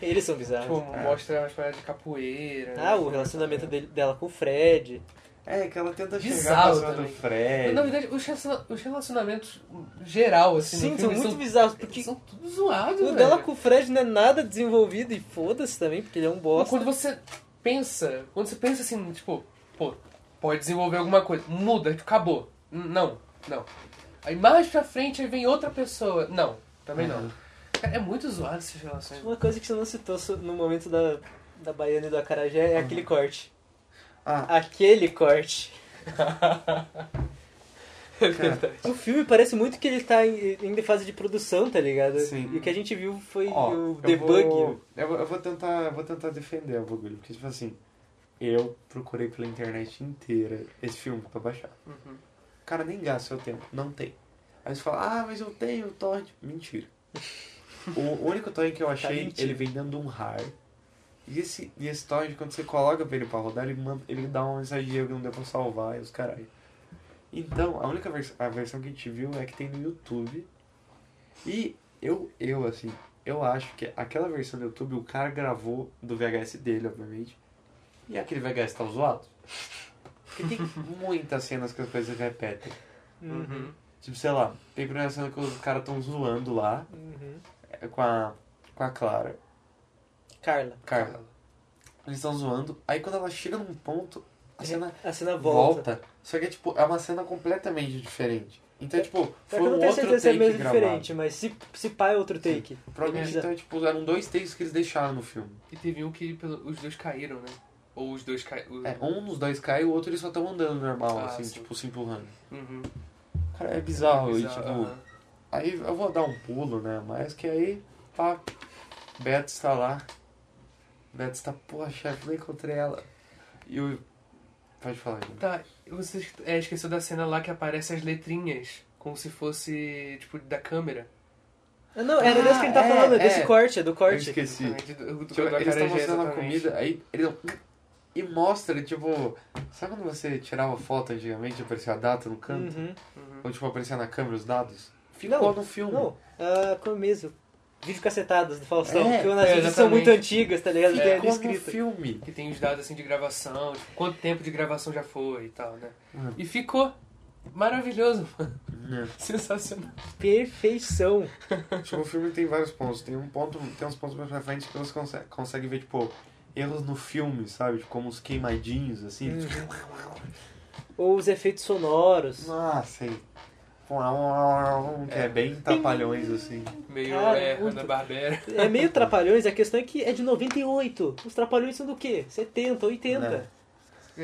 [SPEAKER 2] Eles são bizarros.
[SPEAKER 1] Tipo, mostra umas paradas de capoeira. né?
[SPEAKER 2] Ah, o relacionamento dele- dela com o Fred.
[SPEAKER 3] É, que ela tenta chegar pra
[SPEAKER 1] Bizarro
[SPEAKER 3] cima do
[SPEAKER 1] também.
[SPEAKER 3] Fred.
[SPEAKER 1] Na verdade, os relaciona- os relacionamentos geral, assim,
[SPEAKER 2] Sim,
[SPEAKER 1] no
[SPEAKER 2] são
[SPEAKER 1] filme,
[SPEAKER 2] muito bizarros. Porque
[SPEAKER 1] são tudo zoados,
[SPEAKER 2] o
[SPEAKER 1] velho.
[SPEAKER 2] dela com o Fred não é nada desenvolvido e foda-se também, porque ele é um bosta.
[SPEAKER 1] Quando você pensa, quando você pensa assim, tipo, pô, pode desenvolver alguma coisa, muda, tipo, acabou. N- Não, não. Aí mais pra frente aí vem outra pessoa. Não, também não. Cara, é muito zoado essas relações.
[SPEAKER 2] Uma coisa que você não citou so- no momento da, da Baiana e do Acarajé é aquele corte.
[SPEAKER 3] Ah,
[SPEAKER 2] Aquele corte.
[SPEAKER 1] É
[SPEAKER 3] Uhum.
[SPEAKER 1] verdade.
[SPEAKER 2] O filme parece muito que ele tá em- ainda em fase de produção, tá ligado?
[SPEAKER 3] Sim.
[SPEAKER 2] E o que a gente viu foi
[SPEAKER 3] ó,
[SPEAKER 2] o
[SPEAKER 3] eu
[SPEAKER 2] debug.
[SPEAKER 3] vou- Eu vou, eu vou tentar, eu vou tentar defender o bagulho, porque tipo assim, eu procurei pela internet inteira esse filme pra baixar.
[SPEAKER 2] Uhum.
[SPEAKER 3] O cara nem gasta seu tempo, não tem. Aí você fala, ah, mas eu tenho torrent. Mentira. o único torrent que eu achei,
[SPEAKER 2] mentindo.
[SPEAKER 3] ele vem dentro de um RAR. E esse, e esse torrent, quando você coloca pra ele pra rodar, ele, manda, ele dá uma mensagem de erro que não deu pra salvar e os caralho. Então, a única vers a versão que a gente viu é que tem no YouTube. E eu, eu assim, eu acho que aquela versão do YouTube o cara gravou do VHS dele, obviamente. E aquele VHS tá zoado. Porque tem muitas cenas que as coisas repetem.
[SPEAKER 1] Uhum.
[SPEAKER 3] Tipo, sei lá, tem a primeira cena que os caras tão zoando lá
[SPEAKER 2] Uhum.
[SPEAKER 3] é, com a, com a Clara.
[SPEAKER 2] Carla.
[SPEAKER 3] Carla. Eles estão zoando. Aí quando ela chega num ponto, a cena
[SPEAKER 2] A cena volta.
[SPEAKER 3] volta. Só que é tipo, é uma cena é completamente diferente. Então, tipo,
[SPEAKER 2] É
[SPEAKER 3] foi
[SPEAKER 2] que eu
[SPEAKER 3] um
[SPEAKER 2] não tenho
[SPEAKER 3] outro
[SPEAKER 2] certeza se é
[SPEAKER 3] take
[SPEAKER 2] mesmo
[SPEAKER 3] gravado.
[SPEAKER 2] diferente, mas se, se pá é outro take.
[SPEAKER 3] Provavelmente, então, tipo, eram dois takes que eles deixaram no filme.
[SPEAKER 1] E teve um que pelo- os dois caíram, né? Ou os dois caíram.
[SPEAKER 3] É, um dos dois cai e o outro eles só estão andando normal,
[SPEAKER 1] Ah,
[SPEAKER 3] assim,
[SPEAKER 1] sim.
[SPEAKER 3] tipo, se empurrando.
[SPEAKER 1] Uhum.
[SPEAKER 3] Cara, é bizarro,
[SPEAKER 1] Bizarro,
[SPEAKER 3] e, tipo...
[SPEAKER 1] aham.
[SPEAKER 3] Aí eu vou dar um pulo, né? Mas que aí, pá, Beto está lá. Beto está, pô, chefe, não encontrei ela. E o. Pode falar ainda.
[SPEAKER 1] Tá, você es- é, esqueceu da cena lá que aparece as letrinhas, como se fosse, tipo, da câmera.
[SPEAKER 2] Ah, Não, era desse que ele tá
[SPEAKER 3] Ah, é,
[SPEAKER 2] falando, é desse
[SPEAKER 3] é.
[SPEAKER 2] corte, é do
[SPEAKER 3] Eu
[SPEAKER 2] corte.
[SPEAKER 3] esqueci.
[SPEAKER 1] Exatamente, do- do- do
[SPEAKER 3] Tipo, eles
[SPEAKER 1] acarajé,
[SPEAKER 3] estão mostrando a
[SPEAKER 1] exatamente.
[SPEAKER 3] comida, aí ele não. E mostra, ele, tipo. Sabe quando você tirava foto antigamente e aparecia a data no canto?
[SPEAKER 2] Uhum.
[SPEAKER 1] Uhum.
[SPEAKER 3] Ou, tipo, aparecia na câmera os dados?
[SPEAKER 2] Não,
[SPEAKER 3] Ficou no filme.
[SPEAKER 2] Não, ah, como mesmo. Vídeo cacetadas do Faustão,
[SPEAKER 3] É,
[SPEAKER 2] porque nas
[SPEAKER 1] é,
[SPEAKER 2] vídeos são
[SPEAKER 1] exatamente.
[SPEAKER 2] muito antigas, tá ligado? Tem ali
[SPEAKER 3] Ficou no
[SPEAKER 2] escrito.
[SPEAKER 3] filme.
[SPEAKER 1] Que tem os dados assim de gravação, tipo, quanto tempo de gravação já foi e tal, né?
[SPEAKER 3] Uhum.
[SPEAKER 1] E ficou maravilhoso, (laughs) mano.
[SPEAKER 3] Né?
[SPEAKER 1] Sensacional.
[SPEAKER 2] Perfeição.
[SPEAKER 3] Tipo, o filme tem vários pontos. Tem um ponto, tem uns pontos mais pra frente que você consegue, consegue ver, tipo, erros no filme, sabe? Tipo, como os queimadinhos, assim.
[SPEAKER 2] Hum.
[SPEAKER 3] Tipo,
[SPEAKER 2] Uhum. Ou os efeitos sonoros.
[SPEAKER 3] nossa, um, aí. Que é bem tapalhões, assim.
[SPEAKER 1] Meio
[SPEAKER 2] Cara,
[SPEAKER 1] é,
[SPEAKER 2] muito.
[SPEAKER 1] Hanna Barbera.
[SPEAKER 2] É meio trapalhões, a questão é que é de 98. Os trapalhões são do quê? 70, 80.
[SPEAKER 3] Né?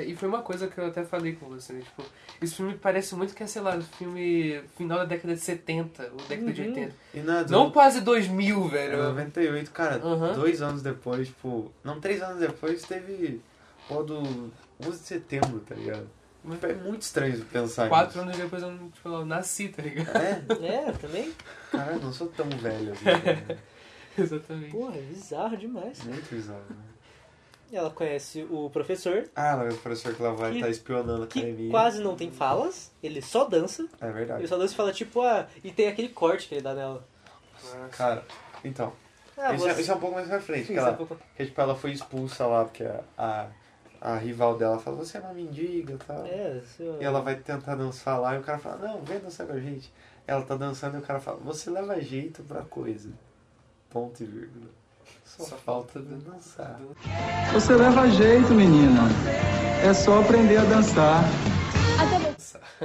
[SPEAKER 1] E foi uma coisa que eu até falei com você, né? Tipo, esse filme parece muito que é, sei lá, filme final da década de 70 ou década de
[SPEAKER 2] Uhum.
[SPEAKER 1] 80.
[SPEAKER 3] E nada.
[SPEAKER 1] Não quase 2000,
[SPEAKER 3] é
[SPEAKER 1] velho.
[SPEAKER 3] 98, cara,
[SPEAKER 1] Aham.
[SPEAKER 3] dois anos depois, tipo. Não, três anos depois teve. Pô, do 11 de setembro, tá ligado? Tipo, É muito estranho pensar
[SPEAKER 1] Quatro
[SPEAKER 3] nisso.
[SPEAKER 1] anos depois eu não, tipo, eu nasci, tá ligado?
[SPEAKER 3] É?
[SPEAKER 2] É, também?
[SPEAKER 3] Cara, eu não sou tão velho assim. né?
[SPEAKER 1] (laughs) Exatamente.
[SPEAKER 2] Porra, é bizarro demais.
[SPEAKER 3] Muito bizarro, né?
[SPEAKER 2] Ela conhece o professor,
[SPEAKER 3] Ah, mas o professor que lá vai
[SPEAKER 2] Que-
[SPEAKER 3] tá espionando a
[SPEAKER 2] que
[SPEAKER 3] academia.
[SPEAKER 2] quase não tem falas, ele só dança.
[SPEAKER 3] É verdade.
[SPEAKER 2] Ele só dança e fala tipo, ah, e tem aquele corte que ele dá nela.
[SPEAKER 3] Cara, então.
[SPEAKER 2] Ah,
[SPEAKER 3] isso, é, isso é um pouco mais pra frente. Que
[SPEAKER 2] Isso é um
[SPEAKER 3] ela,
[SPEAKER 2] pouco-
[SPEAKER 3] que, tipo, ela foi expulsa lá, porque a, a, a rival dela fala, você é uma mendiga e tal.
[SPEAKER 2] É, seu...
[SPEAKER 3] E ela vai tentar dançar lá e o cara fala, não, vem dançar com a gente. Ela tá dançando e o cara fala, você leva jeito pra coisa. Ponto e vírgula. Só,
[SPEAKER 1] Só
[SPEAKER 3] falta de dançar.
[SPEAKER 7] Você leva jeito, menina. É só aprender a dançar.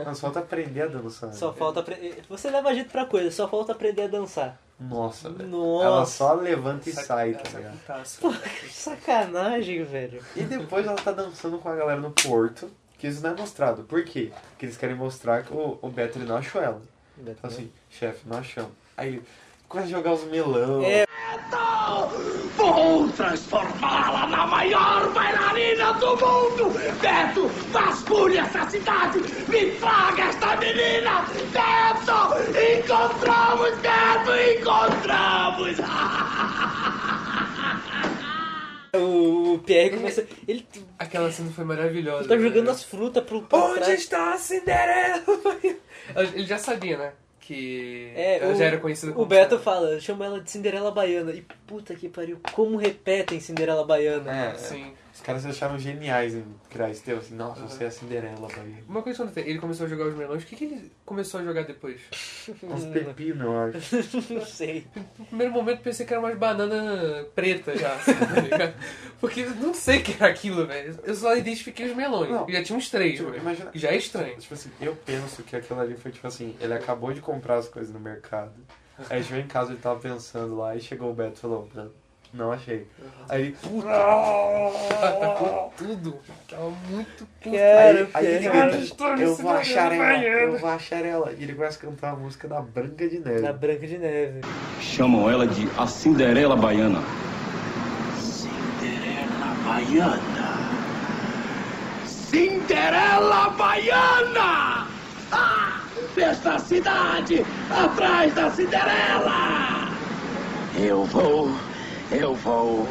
[SPEAKER 3] Não, só tá aprender a dançar.
[SPEAKER 2] Só falta apre- Você leva jeito pra coisa, só falta aprender a dançar.
[SPEAKER 3] Nossa, velho.
[SPEAKER 2] Nossa.
[SPEAKER 3] Ela só levanta e sai, tá
[SPEAKER 1] Essa
[SPEAKER 3] ligado?
[SPEAKER 1] putaça.
[SPEAKER 2] Que sacanagem, velho.
[SPEAKER 3] E depois ela tá dançando com a galera no porto, que isso não é mostrado. Por quê? Porque eles querem mostrar que o, o Beto ele não achou ela. Fala assim, chefe, não achamos. Aí ele começa a jogar os melão.
[SPEAKER 2] É.
[SPEAKER 6] Vou transformá-la na maior bailarina do mundo! Beto, vasculhe essa cidade! Me traga esta menina! Beto! Encontramos, Beto! Encontramos!
[SPEAKER 2] O Pierre começa. Ele
[SPEAKER 1] Aquela cena foi maravilhosa.
[SPEAKER 2] tá jogando
[SPEAKER 1] velho.
[SPEAKER 2] as frutas pro. pra
[SPEAKER 1] Onde
[SPEAKER 2] trás.
[SPEAKER 1] está a Cinderela? (laughs) Ele já sabia, né? Que
[SPEAKER 2] É,
[SPEAKER 1] ela
[SPEAKER 2] o-
[SPEAKER 1] já era conhecida como
[SPEAKER 2] O Beto
[SPEAKER 1] Cinderela.
[SPEAKER 2] fala, chama ela de Cinderela Baiana. E puta que pariu, como repetem Cinderela Baiana.
[SPEAKER 3] É,
[SPEAKER 1] Sim.
[SPEAKER 3] Os caras se acharam geniais em criar esse tema. Assim, Nossa, você é a Cinderela, Bahia.
[SPEAKER 1] Uma coisa que eu notei, ele começou a jogar os melões, o que, que ele começou a jogar depois?
[SPEAKER 2] Uhum.
[SPEAKER 3] Uns pepinos, eu acho.
[SPEAKER 2] Hum, (laughs)
[SPEAKER 3] (laughs)
[SPEAKER 2] Não sei.
[SPEAKER 1] No primeiro momento eu pensei que era umas banana preta já, tá
[SPEAKER 2] (laughs)
[SPEAKER 1] ligado? Porque eu não sei o que era aquilo, velho. Eu só identifiquei os melões.
[SPEAKER 3] Não.
[SPEAKER 1] Já tinha uns três,
[SPEAKER 3] Tipo,
[SPEAKER 1] velho.
[SPEAKER 3] imagina-
[SPEAKER 1] Já é estranho.
[SPEAKER 3] Tipo assim, eu penso que aquilo ali foi tipo assim, ele acabou de comprar as coisas no mercado. Aí chegou em casa, ele tava pensando lá, e chegou o Beto e falou, "Não, não achei. Aí ele,
[SPEAKER 1] Atacou tudo. Tava muito puto.
[SPEAKER 2] Cara,
[SPEAKER 3] Aí, aí ele
[SPEAKER 1] Cara,
[SPEAKER 3] grita,
[SPEAKER 1] estou me
[SPEAKER 3] eu vou
[SPEAKER 1] segurando
[SPEAKER 3] achar
[SPEAKER 1] na
[SPEAKER 3] ela,
[SPEAKER 1] banheira."
[SPEAKER 3] eu vou achar ela. E ele começa a cantar a música da Branca de Neve.
[SPEAKER 2] Na Branca de Neve.
[SPEAKER 3] Tá,
[SPEAKER 5] Chamam ela de a Cinderela Baiana.
[SPEAKER 6] Cinderela Baiana! Cinderela Baiana! Ah! Desta cidade! Atrás da Cinderela!
[SPEAKER 5] Eu vou, eu vou,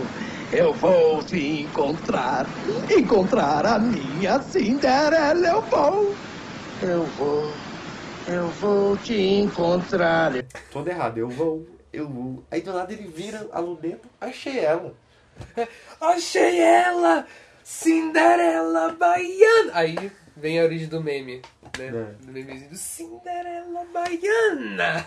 [SPEAKER 5] eu vou te encontrar. Encontrar a minha Cinderela, eu vou. Eu vou, eu vou te encontrar.
[SPEAKER 3] Todo errado, eu vou, eu vou. Aí do nada ele vira a luneta, achei
[SPEAKER 2] (laughs)
[SPEAKER 3] ela.
[SPEAKER 1] Achei ela! Cinderela Baiana! Aí vem a origem do meme, né?
[SPEAKER 3] É.
[SPEAKER 1] Do memezinho do Cinderela Baiana!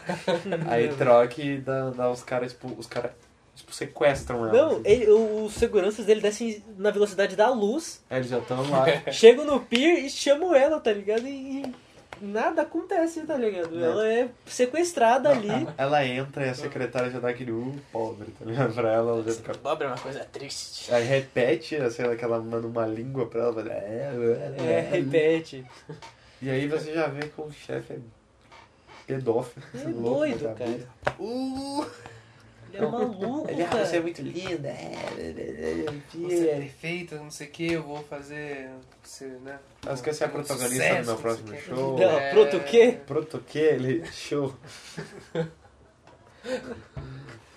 [SPEAKER 3] Aí troca e dá, dá os caras, tipo, os caras tipo, sequestram ela.
[SPEAKER 2] Não,
[SPEAKER 3] assim.
[SPEAKER 2] ele- o- os seguranças dele descem na velocidade da luz, (laughs)
[SPEAKER 3] Aí eles já estão lá.
[SPEAKER 2] chegam no pier e chamam ela, tá ligado? E. e nada acontece, tá ligado? Ela é sequestrada ali.
[SPEAKER 3] Ela entra e a secretária já dá aquele uh, pobre, tá ligado? Pra ela, ela já fica...
[SPEAKER 8] Pobre é uma coisa triste.
[SPEAKER 3] Aí repete, sei lá, que ela manda uma língua pra ela, vai... É, é,
[SPEAKER 2] É, repete.
[SPEAKER 3] E aí você já vê que o chefe é pedófilo.
[SPEAKER 2] Ele é
[SPEAKER 3] (laughs) louco da
[SPEAKER 2] doido,
[SPEAKER 3] cabeça.
[SPEAKER 2] cara.
[SPEAKER 1] Uh!
[SPEAKER 2] Ele é maluco,
[SPEAKER 3] Ele, ah,
[SPEAKER 2] cara.
[SPEAKER 3] você é muito linda.
[SPEAKER 1] Você é
[SPEAKER 3] é.
[SPEAKER 1] perfeita, não sei o que, eu vou fazer. Você, né?
[SPEAKER 3] Ela esquece é a
[SPEAKER 1] um
[SPEAKER 3] protagonista
[SPEAKER 1] sucesso,
[SPEAKER 3] do meu
[SPEAKER 1] não
[SPEAKER 3] próximo
[SPEAKER 1] sei o quê.
[SPEAKER 3] show.
[SPEAKER 2] Não,
[SPEAKER 1] É.
[SPEAKER 2] pronto o quê?
[SPEAKER 3] Protoquele, show.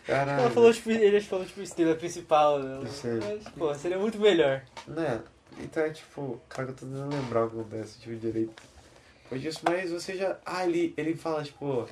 [SPEAKER 3] Caralho.
[SPEAKER 2] Ela falou, tipo, ele falou, tipo, estrela principal, né?
[SPEAKER 3] Sim.
[SPEAKER 2] Mas, pô, seria muito melhor.
[SPEAKER 3] Né? Então é tipo, cara, eu tô tentando lembrar o que acontece, tipo, direito. Foi disso, mas você já. Ah, ele, ele fala, tipo,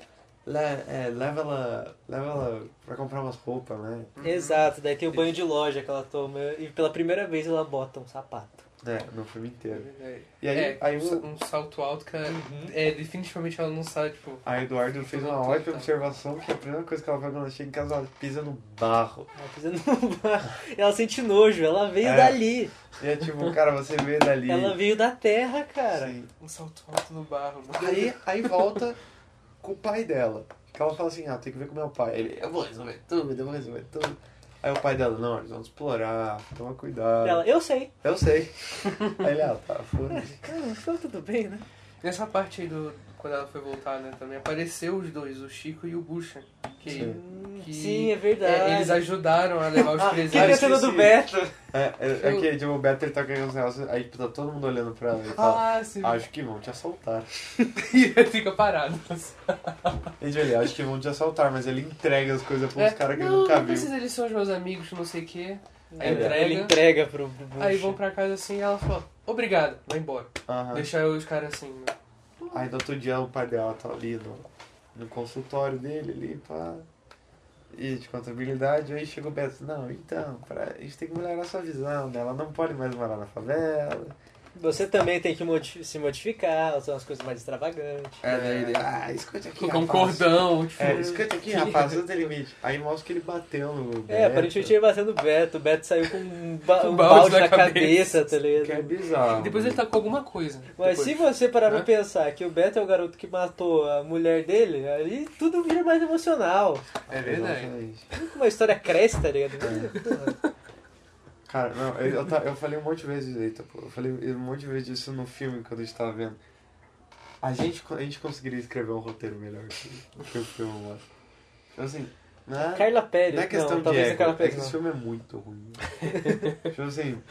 [SPEAKER 3] le, é, leva ela. Leva ela pra comprar umas roupas, né?
[SPEAKER 2] Uhum. Exato, daí tem o banho de loja que ela toma e pela primeira vez ela bota um sapato.
[SPEAKER 3] Né? No filme inteiro. E
[SPEAKER 1] E aí,
[SPEAKER 3] aí,
[SPEAKER 1] é,
[SPEAKER 3] aí,
[SPEAKER 1] um,
[SPEAKER 3] o,
[SPEAKER 1] sa- um salto alto que ela- é, definitivamente ela não sabe, tipo,
[SPEAKER 3] a Eduardo fez uma ótima observação que a primeira coisa que ela vai quando ela chega em casa, ela pisa no barro.
[SPEAKER 2] Ela fazendo um bar- ela sente nojo, ela veio
[SPEAKER 3] É.
[SPEAKER 2] dali.
[SPEAKER 3] E é tipo, cara, você veio dali.
[SPEAKER 2] Ela veio da terra, cara.
[SPEAKER 3] Sim.
[SPEAKER 1] um salto alto no barro. mano.
[SPEAKER 3] Aí, aí volta com o pai dela. Que ela fala assim, ah, tem que ver com meu pai. Ele, eu vou resolver tudo, eu vou resolver tudo. Aí o pai dela, não, eles vão te explorar, toma cuidado.
[SPEAKER 2] Ela, eu sei.
[SPEAKER 3] Eu sei. Aí ele, ah, tá, foda-se.
[SPEAKER 2] Ah, então tudo bem, né?
[SPEAKER 1] Nessa parte aí do. Quando ela foi voltar, né, também apareceu os dois, o Chico e o Bucha. Que,
[SPEAKER 2] Hum,
[SPEAKER 1] que-
[SPEAKER 2] Sim, é verdade.
[SPEAKER 1] é, eles ajudaram a levar os
[SPEAKER 2] ah,
[SPEAKER 1] (laughs)
[SPEAKER 2] que
[SPEAKER 1] presentes.
[SPEAKER 2] é a cena do Beto.
[SPEAKER 3] É, é, é que, tipo, o Better tá ganhando os negócios, aí tipo, tá todo mundo olhando pra ela e fala,
[SPEAKER 1] Ah, sim.
[SPEAKER 3] acho que vão te assaltar.
[SPEAKER 1] E ele (laughs) fica parado.
[SPEAKER 3] Gente, ele, acho que vão te assaltar, mas ele entrega as coisas pros
[SPEAKER 1] É,
[SPEAKER 3] caras que ele
[SPEAKER 1] não,
[SPEAKER 3] nunca
[SPEAKER 1] não
[SPEAKER 3] viu.
[SPEAKER 1] precisa, eles são os meus amigos, não sei o quê. Aí
[SPEAKER 2] Ele- Ele
[SPEAKER 1] entrega,
[SPEAKER 2] entrega pro, pro Bucha.
[SPEAKER 1] aí vão pra casa assim e ela fala, obrigado, vai embora.
[SPEAKER 3] Aham.
[SPEAKER 1] Deixar os caras assim, né?
[SPEAKER 3] Aí no outro dia o pai dela tá ali no, no consultório dele, ali, pá. E de contabilidade, aí chega o Beto, não, então, pra, a gente tem que melhorar sua visão, né? Ela não pode mais morar na favela.
[SPEAKER 2] Você também tem que modi- se modificar, usar umas coisas mais extravagantes.
[SPEAKER 3] É, daí ele, ah, escuta aqui,
[SPEAKER 1] Com um
[SPEAKER 3] rapaz.
[SPEAKER 1] cordão, tipo.
[SPEAKER 3] É, escuta aqui, rapaz, não tem limite. Aí mostra que ele bateu no Beto.
[SPEAKER 2] É, aparentemente ele batendo o Beto. O Beto saiu com um, ba-
[SPEAKER 1] Um
[SPEAKER 2] um
[SPEAKER 1] balde
[SPEAKER 2] balde
[SPEAKER 1] na
[SPEAKER 2] na cabeça, tá
[SPEAKER 3] Que é
[SPEAKER 2] ligado?
[SPEAKER 3] bizarro.
[SPEAKER 1] (laughs) Depois ele tá com alguma coisa.
[SPEAKER 2] Mas se
[SPEAKER 1] depois.
[SPEAKER 2] você parar pra
[SPEAKER 1] né?
[SPEAKER 2] pensar que o Beto é o garoto que matou a mulher dele, aí tudo vira mais emocional.
[SPEAKER 1] É verdade.
[SPEAKER 3] Exatamente.
[SPEAKER 2] Uma história cresce,
[SPEAKER 3] (laughs)
[SPEAKER 2] tá ligado?
[SPEAKER 3] É. Cara, não, eu, eu, ta- eu falei um monte de vezes direito, pô. Eu falei um monte de vezes disso no filme quando a gente tava vendo. A gente, co- a gente conseguiria escrever um roteiro melhor que, que o filme, eu acho. Então, assim, não é,
[SPEAKER 2] Carla Pérez.
[SPEAKER 3] não é questão de
[SPEAKER 2] talvez a
[SPEAKER 3] ego,
[SPEAKER 2] Carla
[SPEAKER 3] é
[SPEAKER 2] Pérez
[SPEAKER 3] que esse
[SPEAKER 2] não.
[SPEAKER 3] filme é muito
[SPEAKER 2] (laughs)
[SPEAKER 3] ruim. tipo assim,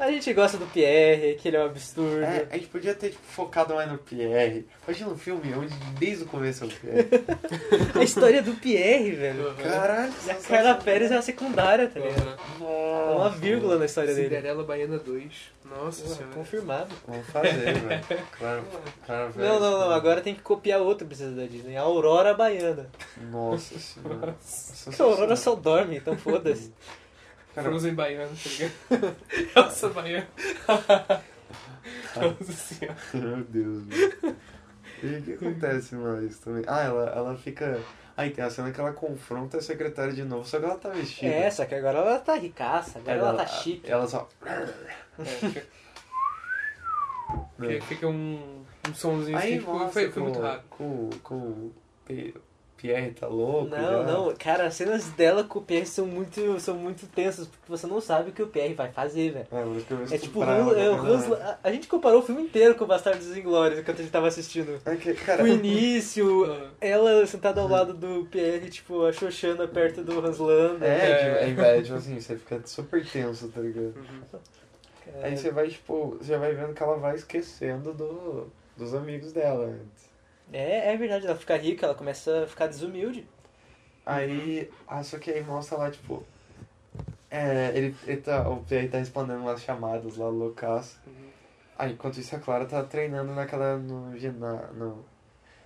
[SPEAKER 2] A gente gosta do Pierre, que ele é um absurdo.
[SPEAKER 3] é, a gente podia ter tipo, focado mais no Pierre. Imagina um filme onde desde o começo é o
[SPEAKER 2] (laughs)
[SPEAKER 3] Pierre.
[SPEAKER 2] A história do Pierre,
[SPEAKER 3] Uhum.
[SPEAKER 2] velho.
[SPEAKER 3] Caralho,
[SPEAKER 2] E a Carla Pérez é uma secundária, tá ligado? É
[SPEAKER 3] Nossa.
[SPEAKER 2] uma vírgula na história dele.
[SPEAKER 1] Cinderela Baiana 2. Nossa
[SPEAKER 2] Porra,
[SPEAKER 1] senhora.
[SPEAKER 2] Confirmado.
[SPEAKER 3] Vamos
[SPEAKER 2] (laughs)
[SPEAKER 3] fazer, velho. Claro, claro, velho.
[SPEAKER 2] Não, não, não. Agora tem que copiar outra princesa da Disney. A Aurora Baiana.
[SPEAKER 3] Nossa senhora. Nossa
[SPEAKER 2] Porque a Aurora
[SPEAKER 3] senhora.
[SPEAKER 2] só dorme, então foda-se.
[SPEAKER 3] Cara,
[SPEAKER 1] Frozen Baiana, tá ligado?
[SPEAKER 2] (laughs)
[SPEAKER 1] Elsa Baiana.
[SPEAKER 2] Tá.
[SPEAKER 1] Nossa senhora.
[SPEAKER 3] Meu Deus, mano. E o que acontece mais também? Ah, ela, ela fica. Aí tem a cena que ela confronta a secretária de novo, só que ela tá vestida.
[SPEAKER 2] É, só que agora ela tá ricaça, agora
[SPEAKER 3] Aí
[SPEAKER 2] ela tá chique.
[SPEAKER 3] Ela só.
[SPEAKER 1] É, fica-
[SPEAKER 2] É.
[SPEAKER 1] fica, fica um, um somzinho
[SPEAKER 3] Aí
[SPEAKER 1] assim. Foi,
[SPEAKER 3] mostra
[SPEAKER 1] foi, foi
[SPEAKER 3] com-
[SPEAKER 1] muito rápido.
[SPEAKER 3] Com, com o P- Pierre tá louco.
[SPEAKER 2] Não,
[SPEAKER 3] já.
[SPEAKER 2] não, cara, as cenas dela com o Pierre são muito, são muito tensas, porque você não sabe o que o Pierre vai fazer, velho.
[SPEAKER 3] É, mas que eu vou
[SPEAKER 2] É tipo, o
[SPEAKER 3] estuprar
[SPEAKER 2] Hans-
[SPEAKER 3] ela,
[SPEAKER 2] é, o
[SPEAKER 3] né?
[SPEAKER 2] Hans, a, a gente comparou o filme inteiro com o Bastardos Inglórios enquanto a gente tava assistindo.
[SPEAKER 3] É que, cara, (laughs)
[SPEAKER 2] O início,
[SPEAKER 1] Ah,
[SPEAKER 2] ela sentada ao lado do Pierre, tipo, a Xoxana perto do Hans né? Landa.
[SPEAKER 3] é,
[SPEAKER 1] É.
[SPEAKER 3] tipo, é, é, tipo assim, você fica super tenso, tá ligado?
[SPEAKER 2] Uhum. É,
[SPEAKER 3] Aí você vai, tipo, você vai vendo que ela vai esquecendo do, dos amigos dela né? antes.
[SPEAKER 2] É, é verdade, ela fica rica, ela começa a ficar desumilde. Uhum.
[SPEAKER 3] Aí, ah, só que aí mostra lá, tipo, é, ele, ele tá, o Pierre tá respondendo umas chamadas lá, loucaço.
[SPEAKER 2] Uhum.
[SPEAKER 3] Aí, enquanto isso, a Clara tá treinando naquela, no, gina- no,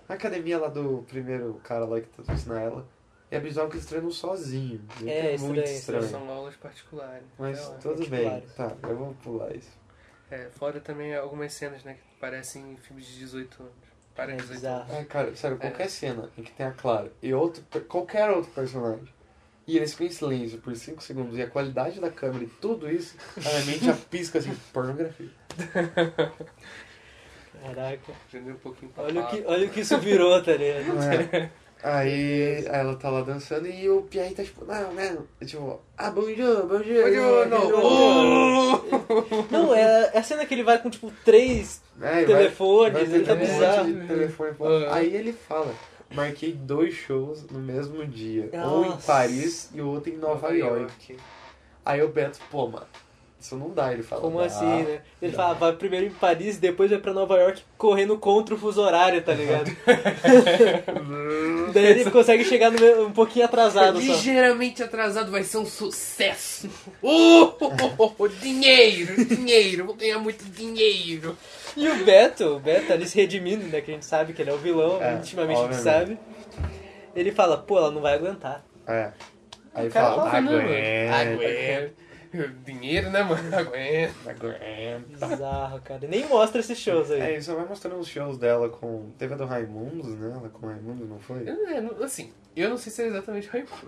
[SPEAKER 3] na academia lá do primeiro cara lá que tá ensinando ela. E é bizarro que eles treinam sozinho. né?
[SPEAKER 2] É,
[SPEAKER 3] Que muito
[SPEAKER 2] estranho, estranho. É,
[SPEAKER 3] estranho.
[SPEAKER 1] São aulas particulares.
[SPEAKER 3] Mas
[SPEAKER 1] Sei lá.
[SPEAKER 3] tudo bem,
[SPEAKER 2] particulares.
[SPEAKER 3] tá, eu vou pular isso.
[SPEAKER 1] É, fora também algumas cenas, né, que parecem filmes de 18 anos. Para
[SPEAKER 2] É
[SPEAKER 1] 18
[SPEAKER 2] bizarro.
[SPEAKER 1] anos.
[SPEAKER 3] É, cara, sério, qualquer cena em que tem a Clara e outro, per- qualquer outro personagem, e eles ficam em silêncio por 5 segundos, e a qualidade da (laughs) câmera e tudo isso, a minha mente já pisca assim, pornografia.
[SPEAKER 2] Caraca.
[SPEAKER 1] Aprendeu um pouquinho pra
[SPEAKER 2] Olha o,
[SPEAKER 1] falar.
[SPEAKER 2] que, olha o que
[SPEAKER 1] (laughs)
[SPEAKER 2] isso virou, tá ligado?
[SPEAKER 3] É. Aí ela tá lá dançando e o Pierre tá tipo, não, não. É Tipo, ah, bonjour, bonjour.
[SPEAKER 1] Não.
[SPEAKER 2] Não, é, é a cena que ele vai com, tipo, três
[SPEAKER 3] É, e vai-
[SPEAKER 2] telefones,
[SPEAKER 3] vai
[SPEAKER 2] ele tá
[SPEAKER 3] tentando um monte
[SPEAKER 2] bizarro. É.
[SPEAKER 3] de telefone, pô.
[SPEAKER 1] Ah.
[SPEAKER 3] Aí ele fala, marquei dois shows no mesmo dia. Um em
[SPEAKER 2] Nossa.
[SPEAKER 3] Paris e o outro em Nova York. Aí o Beto, pô, mano, isso não dá. Ele fala,
[SPEAKER 2] Como
[SPEAKER 3] dá.
[SPEAKER 2] assim, né? Ele fala, vai primeiro em Paris, depois vai pra Nova York correndo contra o fuso horário, tá
[SPEAKER 3] (laughs)
[SPEAKER 2] ligado? Daí ele consegue chegar no meu- um pouquinho atrasado só.
[SPEAKER 1] Ligeiramente atrasado vai ser um sucesso. (laughs) Uh, dinheiro, dinheiro, vou ganhar muito dinheiro.
[SPEAKER 2] E o Beto, o Beto ali se redimindo, né? Que a gente sabe que ele é o vilão,
[SPEAKER 3] É,
[SPEAKER 2] intimamente a gente sabe.
[SPEAKER 3] obviamente.
[SPEAKER 2] Ele fala, pô, ela não vai aguentar.
[SPEAKER 3] É. Aí
[SPEAKER 2] O cara
[SPEAKER 3] fala,
[SPEAKER 2] fala,
[SPEAKER 1] não, mano.
[SPEAKER 3] aguenta,
[SPEAKER 1] Aguenta. Dinheiro, né, mano? Aguenta.
[SPEAKER 3] aguenta.
[SPEAKER 2] Bizarro, cara. E Nem mostra esses shows aí.
[SPEAKER 3] É, isso vai mostrando os shows dela com. Teve a do Raimundos, né? Ela com o Raimundos, não foi?
[SPEAKER 1] Eu, eu não- assim, eu não sei se é exatamente Raimundo.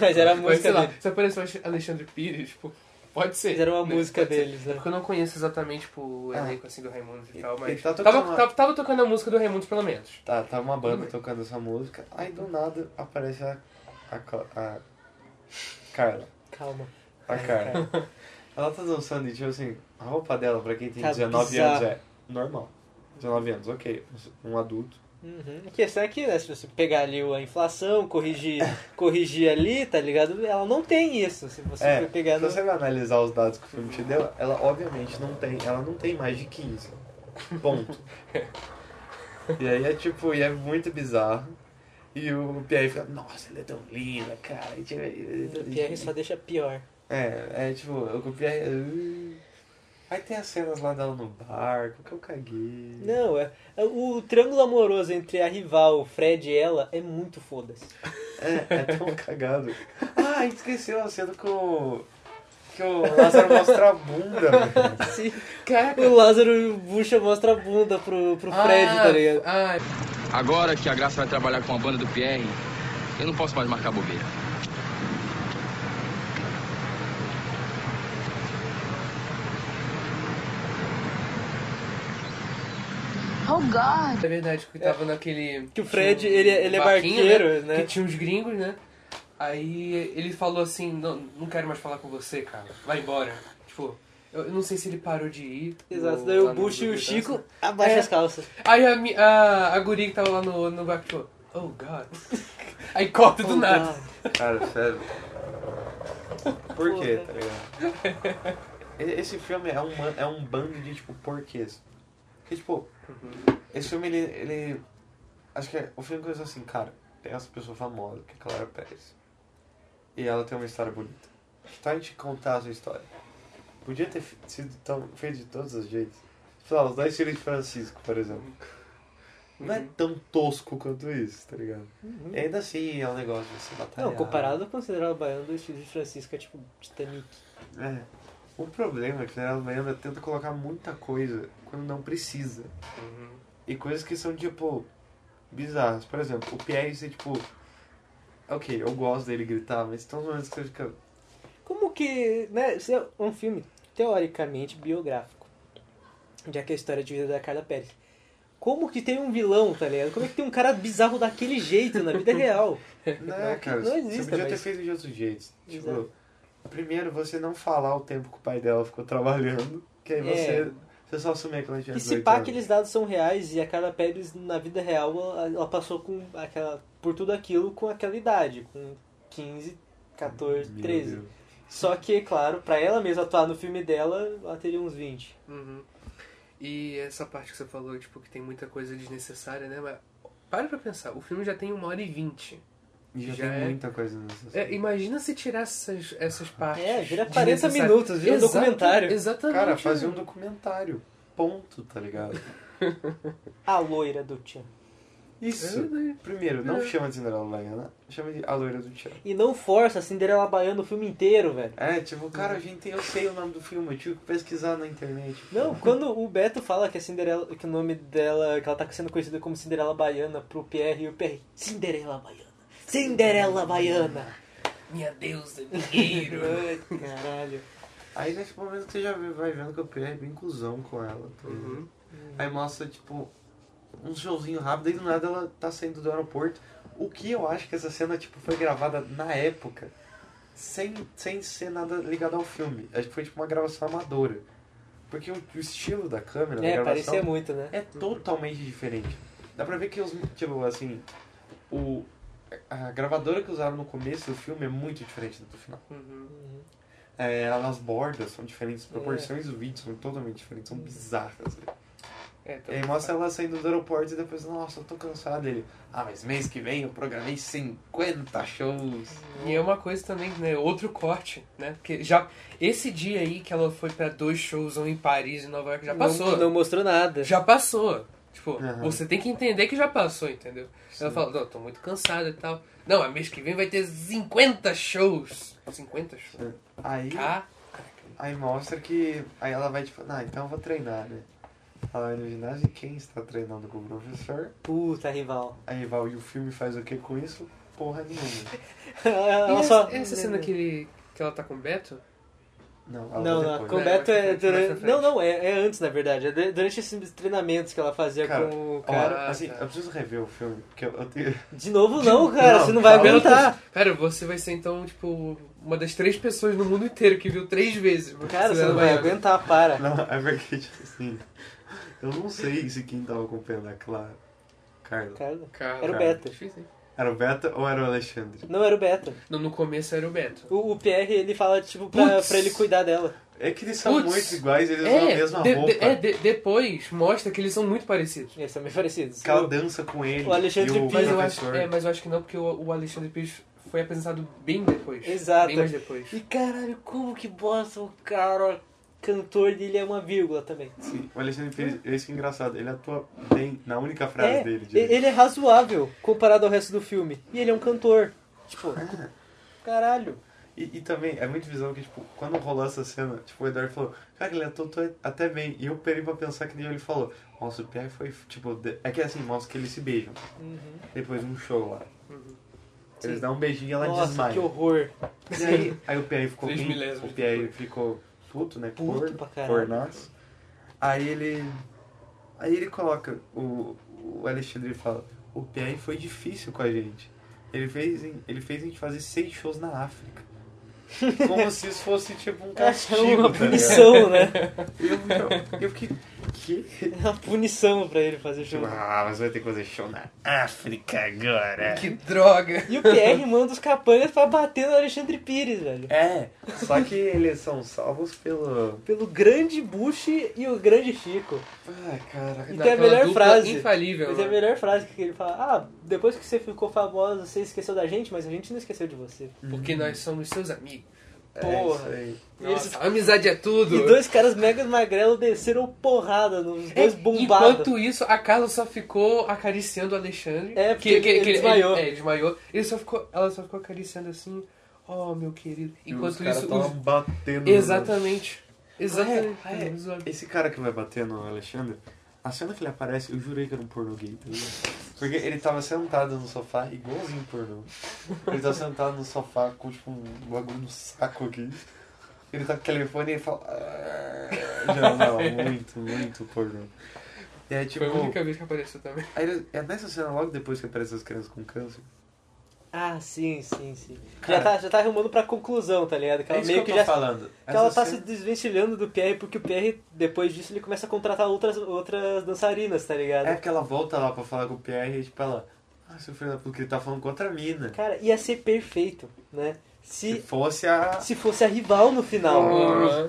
[SPEAKER 2] Mas era a
[SPEAKER 1] Mas sei
[SPEAKER 2] música
[SPEAKER 1] lá,
[SPEAKER 2] dele.
[SPEAKER 1] se apareceu Alexandre Pires, tipo, pode ser.
[SPEAKER 2] Mas era uma
[SPEAKER 1] né?
[SPEAKER 2] música
[SPEAKER 1] Pode ser.
[SPEAKER 2] deles, né?
[SPEAKER 1] Porque eu não conheço exatamente, tipo, o
[SPEAKER 3] Ah.
[SPEAKER 1] elenco assim do Raimundo e tal,
[SPEAKER 3] Ele
[SPEAKER 1] mas.
[SPEAKER 3] tá tocando
[SPEAKER 1] Tava,
[SPEAKER 3] uma-
[SPEAKER 1] tava, tava tocando a música do Raimundo, pelo menos.
[SPEAKER 3] Tá, tá uma banda
[SPEAKER 1] bem.
[SPEAKER 3] tocando essa música, aí do nada aparece a. a. Co- a Carla.
[SPEAKER 2] Calma.
[SPEAKER 3] A Carla. É, Ela tá dançando e tipo assim, a roupa dela, pra quem tem
[SPEAKER 2] Tá
[SPEAKER 3] 19
[SPEAKER 2] bizarro.
[SPEAKER 3] anos, é normal. 19 anos, ok. Um adulto.
[SPEAKER 2] Uhum. A questão é que, né, se você pegar ali a inflação, corrigir, corrigir ali, tá ligado? Ela não tem isso. Se você
[SPEAKER 3] é,
[SPEAKER 2] for pegar
[SPEAKER 3] se
[SPEAKER 2] no...
[SPEAKER 3] você vai analisar os dados que o filme te deu, ela obviamente não tem. Ela não tem mais de 15. Ponto. e aí é tipo, e é muito bizarro. E o Pierre fica, nossa, ela é tão linda, cara. E, tipo,
[SPEAKER 2] O Pierre só deixa pior.
[SPEAKER 3] É, é tipo, eu copiei. uh. Aí tem as cenas lá dela no barco, que eu caguei.
[SPEAKER 2] Não, é, é- o triângulo amoroso entre a rival, o Fred e ela é muito foda-se.
[SPEAKER 3] É, é tão cagado. Ah, a gente esqueceu a cena que o. que o Lázaro mostra a bunda, velho.
[SPEAKER 2] Sim,
[SPEAKER 1] Caraca,
[SPEAKER 2] o Lázaro Bucha mostra a bunda pro, pro Fred, tá ligado?
[SPEAKER 1] Ah,
[SPEAKER 8] Agora que a Graça vai trabalhar com a banda do Pierre, eu não posso mais marcar bobeira.
[SPEAKER 4] Oh, God.
[SPEAKER 1] é verdade, que tava naquele.
[SPEAKER 2] Que o Fred,
[SPEAKER 1] tinha um
[SPEAKER 2] ele, ele é
[SPEAKER 1] barquinho,
[SPEAKER 2] barqueiro, né?
[SPEAKER 1] Que tinha uns gringos, né? Aí ele falou assim: não, não quero mais falar com você, cara, vai embora. Tipo, eu, eu não sei se ele parou de ir.
[SPEAKER 2] Exato,
[SPEAKER 1] ou
[SPEAKER 2] daí o
[SPEAKER 1] lá no
[SPEAKER 2] Bush e o
[SPEAKER 1] Brasil,
[SPEAKER 2] Chico
[SPEAKER 1] né?
[SPEAKER 2] abaixam
[SPEAKER 1] É.
[SPEAKER 2] as calças.
[SPEAKER 1] Aí a, mi- a, a guria que tava lá no, no barco falou: Oh, God. (laughs) Aí corta
[SPEAKER 2] Oh,
[SPEAKER 1] do nada.
[SPEAKER 3] Cara, sério. Por quê,
[SPEAKER 2] Foda.
[SPEAKER 3] tá ligado? E- Esse filme é um, man- é um bando de, tipo, porquês. Porque, tipo, esse filme, ele, ele... Acho que é- o filme começou assim, cara, tem essa pessoa famosa, que é Clara Pérez. E ela tem uma história bonita. Então a gente contar a sua história. Podia ter fi- sido tão, feito de todos os jeitos. Sei lá, os dois filhos de Francisco, por exemplo. Não é tão tosco quanto isso, tá ligado? E ainda assim é um negócio de se batalhar.
[SPEAKER 2] Não, comparado ao considerado baiano do estilo de Francisco, é tipo Titanic.
[SPEAKER 3] É. O problema é que a lenda tenta colocar muita coisa quando não precisa.
[SPEAKER 1] Uhum,
[SPEAKER 3] E coisas que são, tipo, bizarras. Por exemplo, o Pierre ser, tipo... Ok, eu gosto dele gritar, mas tem uns momentos que você fica...
[SPEAKER 2] Como que, né, isso é um filme teoricamente biográfico, já que é a história de vida da Carla Pérez. Como que tem um vilão, tá ligado? Como é que tem um cara bizarro daquele jeito na vida real?
[SPEAKER 3] Né, cara,
[SPEAKER 2] É, não
[SPEAKER 3] você
[SPEAKER 2] existe,
[SPEAKER 3] podia ter
[SPEAKER 2] mas-
[SPEAKER 3] feito de outro jeito. Tipo,
[SPEAKER 2] Exato.
[SPEAKER 3] primeiro você não falar o tempo que o pai dela ficou trabalhando, que aí
[SPEAKER 2] É.
[SPEAKER 3] você, você só assumir que ela tinha
[SPEAKER 2] E se
[SPEAKER 3] 18
[SPEAKER 2] pá,
[SPEAKER 3] anos.
[SPEAKER 2] aqueles dados são reais e a Carla Pérez, na vida real, ela, ela passou com aquela, por tudo aquilo com aquela idade, com 15, 14,
[SPEAKER 3] Meu
[SPEAKER 2] 13.
[SPEAKER 3] Deus.
[SPEAKER 2] Só que, claro, pra ela mesma atuar no filme dela, ela teria uns 20.
[SPEAKER 1] Uhum. E essa parte que você falou, tipo, que tem muita coisa desnecessária, né? Mas para pra pensar, o filme já tem uma hora e vinte.
[SPEAKER 3] E já,
[SPEAKER 1] Já
[SPEAKER 3] tem
[SPEAKER 1] é-
[SPEAKER 3] muita coisa nessa
[SPEAKER 1] É, imagina se tirasse essas, essas partes.
[SPEAKER 2] É, vira 40
[SPEAKER 1] desnecessárias.
[SPEAKER 2] minutos, vira um
[SPEAKER 1] Exato-
[SPEAKER 2] documentário.
[SPEAKER 1] Exatamente.
[SPEAKER 3] Cara, fazer um documentário. Ponto, tá ligado?
[SPEAKER 2] A loira do Tchan.
[SPEAKER 3] Isso. Primeiro, não chama de Cinderela Baiana, chama de A Loira do Tchan.
[SPEAKER 2] E não força a Cinderela Baiana o filme inteiro, velho.
[SPEAKER 3] É, tipo, cara, a gente, eu sei o nome do filme, eu tive que pesquisar na internet. (laughs)
[SPEAKER 2] Não, quando o Beto fala que a Cinderela, que o nome dela, que ela tá sendo conhecida como Cinderela Baiana pro Pierre e o Pierre, Cinderela Baiana. Cinderela Baiana.
[SPEAKER 1] Minha deusa, é dinheiro.
[SPEAKER 2] Ai, Caralho.
[SPEAKER 3] tipo, Aí nesse momento que você já vê- vai vendo que o Pierre é bem cuzão com ela. tá ligado?
[SPEAKER 1] Uhum.
[SPEAKER 3] Aí mostra, tipo, um showzinho rápido e do nada ela tá saindo do aeroporto. O que eu acho que essa cena, tipo, foi gravada na época, sem, sem ser nada ligado ao filme. Acho que foi, tipo, uma gravação amadora. Porque o, o estilo da câmera, da
[SPEAKER 2] É,
[SPEAKER 3] gravação,
[SPEAKER 2] parecia muito, né?
[SPEAKER 3] é totalmente diferente. Dá pra ver que os. Tipo, assim. O, a gravadora que usaram no começo do filme é muito diferente do final.
[SPEAKER 1] Uhum.
[SPEAKER 3] É, as bordas são diferentes, as proporções do vídeo são totalmente diferentes,
[SPEAKER 2] Uhum.
[SPEAKER 3] são bizarras. velho.
[SPEAKER 1] É,
[SPEAKER 2] Então,
[SPEAKER 3] E aí mostra ela saindo do aeroporto e depois, nossa, eu tô cansado dele. Ah, mas mês que vem eu programei 50 shows.
[SPEAKER 2] Uhum.
[SPEAKER 1] E é uma coisa também, né? Outro corte, né? Porque já. Esse dia aí que ela foi pra dois shows, um em Paris e Nova York, já passou.
[SPEAKER 2] Não, não mostrou nada.
[SPEAKER 1] Já passou. Tipo,
[SPEAKER 3] Aham.
[SPEAKER 1] você tem que entender que já passou, entendeu? Ela fala, não, tô muito cansada e tal. Não, a mês que vem vai ter 50 shows. 50 shows?
[SPEAKER 3] Aí,
[SPEAKER 1] Caraca.
[SPEAKER 3] aí mostra que. Aí ela vai tipo, ah, então eu vou treinar, né? Ela vai no ginásio e quem está treinando com o professor?
[SPEAKER 2] Puta, rival.
[SPEAKER 3] A rival e o filme faz o que com isso? Porra nenhuma.
[SPEAKER 2] (laughs)
[SPEAKER 1] E
[SPEAKER 2] Ela
[SPEAKER 1] essa,
[SPEAKER 2] só...
[SPEAKER 1] essa cena que, ele- que ela tá com o Beto?
[SPEAKER 3] Não, a
[SPEAKER 2] Não,
[SPEAKER 3] outra
[SPEAKER 2] não,
[SPEAKER 3] coisa.
[SPEAKER 2] com o Beto
[SPEAKER 1] Vai pra
[SPEAKER 2] é
[SPEAKER 1] frente, vai pra
[SPEAKER 2] durante...
[SPEAKER 1] frente.
[SPEAKER 2] Não, não, é, é antes, na verdade. É de- durante esses treinamentos que ela fazia
[SPEAKER 3] Cara,
[SPEAKER 2] com o
[SPEAKER 3] Ó,
[SPEAKER 2] cara.
[SPEAKER 3] assim,
[SPEAKER 1] cara.
[SPEAKER 3] eu preciso rever o filme, porque eu, eu tenho.
[SPEAKER 2] De novo não, cara,
[SPEAKER 3] Não,
[SPEAKER 2] você não vai
[SPEAKER 3] calma.
[SPEAKER 2] aguentar.
[SPEAKER 1] Pera, você vai ser então, tipo, uma das três pessoas no mundo inteiro que viu três vezes.
[SPEAKER 2] Cara, você não vai aguentar, para.
[SPEAKER 3] Não, é porque, tipo assim. Eu não sei se quem tava acompanhando a Clara. Carla.
[SPEAKER 2] Cara,
[SPEAKER 1] Cara,
[SPEAKER 2] Era
[SPEAKER 3] o
[SPEAKER 2] Beto.
[SPEAKER 1] difícil, hein?
[SPEAKER 3] Era o Beto ou era o Alexandre?
[SPEAKER 2] não era o Beto.
[SPEAKER 1] Não, no começo era o Beto.
[SPEAKER 2] O, o Pierre, ele fala, tipo, pra,
[SPEAKER 1] Putz.
[SPEAKER 2] pra ele cuidar dela.
[SPEAKER 3] É que eles são
[SPEAKER 1] Putz.
[SPEAKER 3] muito iguais, eles usam a mesma
[SPEAKER 1] de- de-
[SPEAKER 3] roupa.
[SPEAKER 1] é, de- depois mostra que eles são muito parecidos.
[SPEAKER 2] Eles são meio parecidos.
[SPEAKER 3] Aquela dança com ele.
[SPEAKER 2] O Alexandre
[SPEAKER 3] e o
[SPEAKER 1] Mas
[SPEAKER 2] Pires,
[SPEAKER 1] eu, acho,
[SPEAKER 3] professor.
[SPEAKER 1] é, mas eu acho que não, porque o, o Alexandre Pires foi apresentado bem depois.
[SPEAKER 2] Exato.
[SPEAKER 1] Bem mais depois.
[SPEAKER 2] E caralho, como que bosta o cara cantor dele é uma vírgula também.
[SPEAKER 3] Sim, o Alexandre Pires, é isso que é engraçado. Ele atua bem na única frase
[SPEAKER 2] é,
[SPEAKER 3] dele.
[SPEAKER 2] e-
[SPEAKER 3] direito.
[SPEAKER 2] ele é razoável comparado ao resto do filme. E ele é um cantor. Tipo, caralho.
[SPEAKER 3] E, e também, é muito visão que, tipo, quando rolou essa cena, tipo, o Eduardo falou, cara, ele atuou até- até bem. E eu parei pra pensar que nem ele falou, nossa, o Pierre foi, tipo, de- é que assim, mostra que eles se beijam.
[SPEAKER 2] Uhum.
[SPEAKER 3] Depois de um show lá. Eles dão um beijinho e ela
[SPEAKER 2] Nossa,
[SPEAKER 3] desmaia.
[SPEAKER 2] que horror.
[SPEAKER 3] E aí, aí o Pierre ficou
[SPEAKER 1] Três
[SPEAKER 3] bem-
[SPEAKER 1] milésimos
[SPEAKER 3] o Pierre ficou puto, né?
[SPEAKER 2] Puto
[SPEAKER 3] Corno,
[SPEAKER 2] pra caralho.
[SPEAKER 3] Cornaço. Aí ele. Aí ele coloca. O, o Alexandre fala, o Pierre foi difícil com a gente. Ele fez, em- ele fez a gente fazer seis shows na
[SPEAKER 2] (laughs)
[SPEAKER 3] África. Como se isso fosse tipo um
[SPEAKER 2] É
[SPEAKER 3] castigo,
[SPEAKER 2] uma
[SPEAKER 3] tá ligado? (laughs)
[SPEAKER 2] punição, né?
[SPEAKER 3] E Eu, eu, eu fiquei. Que?
[SPEAKER 2] É uma punição pra ele fazer show.
[SPEAKER 3] Tipo, ah, mas vai ter que fazer show na África agora.
[SPEAKER 1] (laughs) Que droga!
[SPEAKER 2] E o Pierre manda os capangas pra bater no Alexandre Pires, velho.
[SPEAKER 3] É, só que eles são salvos pelo.
[SPEAKER 2] Pelo grande Bush e o grande Chico.
[SPEAKER 3] Ah, cara.
[SPEAKER 2] E
[SPEAKER 1] Dá
[SPEAKER 2] tem a
[SPEAKER 1] aquela
[SPEAKER 2] melhor
[SPEAKER 1] dupla
[SPEAKER 2] frase.
[SPEAKER 1] infalível,
[SPEAKER 2] Mas é
[SPEAKER 1] né?
[SPEAKER 2] a melhor frase que ele fala: Ah, depois que você ficou famosa, você esqueceu da gente, mas a gente não esqueceu de você.
[SPEAKER 1] Porque nós somos seus amigos.
[SPEAKER 2] Porra.
[SPEAKER 3] É isso aí.
[SPEAKER 2] E eles-
[SPEAKER 1] Nossa, amizade é tudo!
[SPEAKER 2] E dois caras mega magrelo desceram porrada nos dois
[SPEAKER 1] É,
[SPEAKER 2] bombados.
[SPEAKER 1] Enquanto isso, a Carla só ficou acariciando o Alexandre.
[SPEAKER 2] É, porque ele- ele desmaiou.
[SPEAKER 1] é, desmaiou. Ele só ficou, ela só ficou acariciando assim, oh, meu querido.
[SPEAKER 3] E
[SPEAKER 1] Enquanto
[SPEAKER 3] os caras
[SPEAKER 1] isso,
[SPEAKER 3] tavam
[SPEAKER 1] os...
[SPEAKER 3] batendo. no-
[SPEAKER 1] Exatamente. Exatamente.
[SPEAKER 3] Ah, é, ah, é. Esse cara que vai bater no Alexandre, a cena que ele aparece, eu jurei que era um pornô gay. tá ligado? Porque ele tava sentado no sofá, igualzinho um pornô. Ele tá sentado no sofá com tipo um bagulho no saco aqui. Ele tá com o telefone e ele fala. "Ah". Não,
[SPEAKER 2] (laughs)
[SPEAKER 3] não, muito, muito pornô. E aí, tipo,
[SPEAKER 1] Foi a única vez que apareceu também.
[SPEAKER 3] aí ele- é nessa cena logo depois que aparecem as crianças com câncer.
[SPEAKER 2] Ah, sim, sim, sim.
[SPEAKER 3] Cara.
[SPEAKER 2] já, tá, já tá arrumando pra conclusão, tá ligado? Que ela
[SPEAKER 3] é isso
[SPEAKER 2] meio
[SPEAKER 3] que eu
[SPEAKER 2] que,
[SPEAKER 3] tô
[SPEAKER 2] já.
[SPEAKER 3] falando.
[SPEAKER 2] Que ela
[SPEAKER 3] Essa
[SPEAKER 2] tá se
[SPEAKER 3] cena-
[SPEAKER 2] desvencilhando do Pierre, porque o Pierre, depois disso, ele começa a contratar outras, outras dançarinas, tá ligado?
[SPEAKER 3] É que ela volta lá pra falar com o Pierre e tipo, ela. Ah, seu filho da puta, porque ele tá falando com outra mina.
[SPEAKER 2] Cara, ia ser perfeito, né?
[SPEAKER 3] Se
[SPEAKER 2] Se,
[SPEAKER 3] fosse a.
[SPEAKER 2] se fosse a rival no final.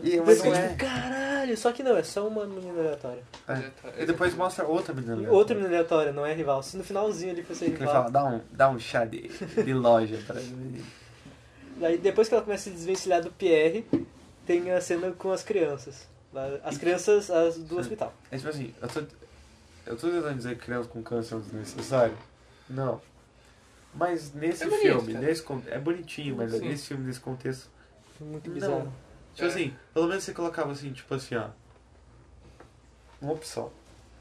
[SPEAKER 3] E,
[SPEAKER 2] Mas
[SPEAKER 3] mas
[SPEAKER 2] fica
[SPEAKER 3] não é.
[SPEAKER 2] tipo, caralho, só que não, é só uma menina aleatória.
[SPEAKER 3] É. E depois mostra outra menina.
[SPEAKER 2] E
[SPEAKER 3] aleatória.
[SPEAKER 2] Outra menina aleatória, não é rival. Se no finalzinho ele fosse
[SPEAKER 3] Ele fala,
[SPEAKER 2] rival.
[SPEAKER 3] dá um, dá um chá de, de loja pra mim.
[SPEAKER 2] Aí depois que ela começa a se desvencilhar do Pierre, tem a cena com as crianças. Lá, As crianças as do hospital.
[SPEAKER 3] É tipo assim, eu tô, eu tô tentando dizer que criança com câncer é um desnecessário? Não. Mas nesse
[SPEAKER 1] É bonito,
[SPEAKER 3] filme,
[SPEAKER 1] cara.
[SPEAKER 3] nesse con- é bonitinho, mas
[SPEAKER 1] Sim.
[SPEAKER 3] nesse filme, nesse contexto,
[SPEAKER 2] Muito
[SPEAKER 3] Não.
[SPEAKER 2] bizarro.
[SPEAKER 3] Tipo
[SPEAKER 1] É.
[SPEAKER 3] assim, pelo menos você colocava assim, tipo assim, ó. Uma opção.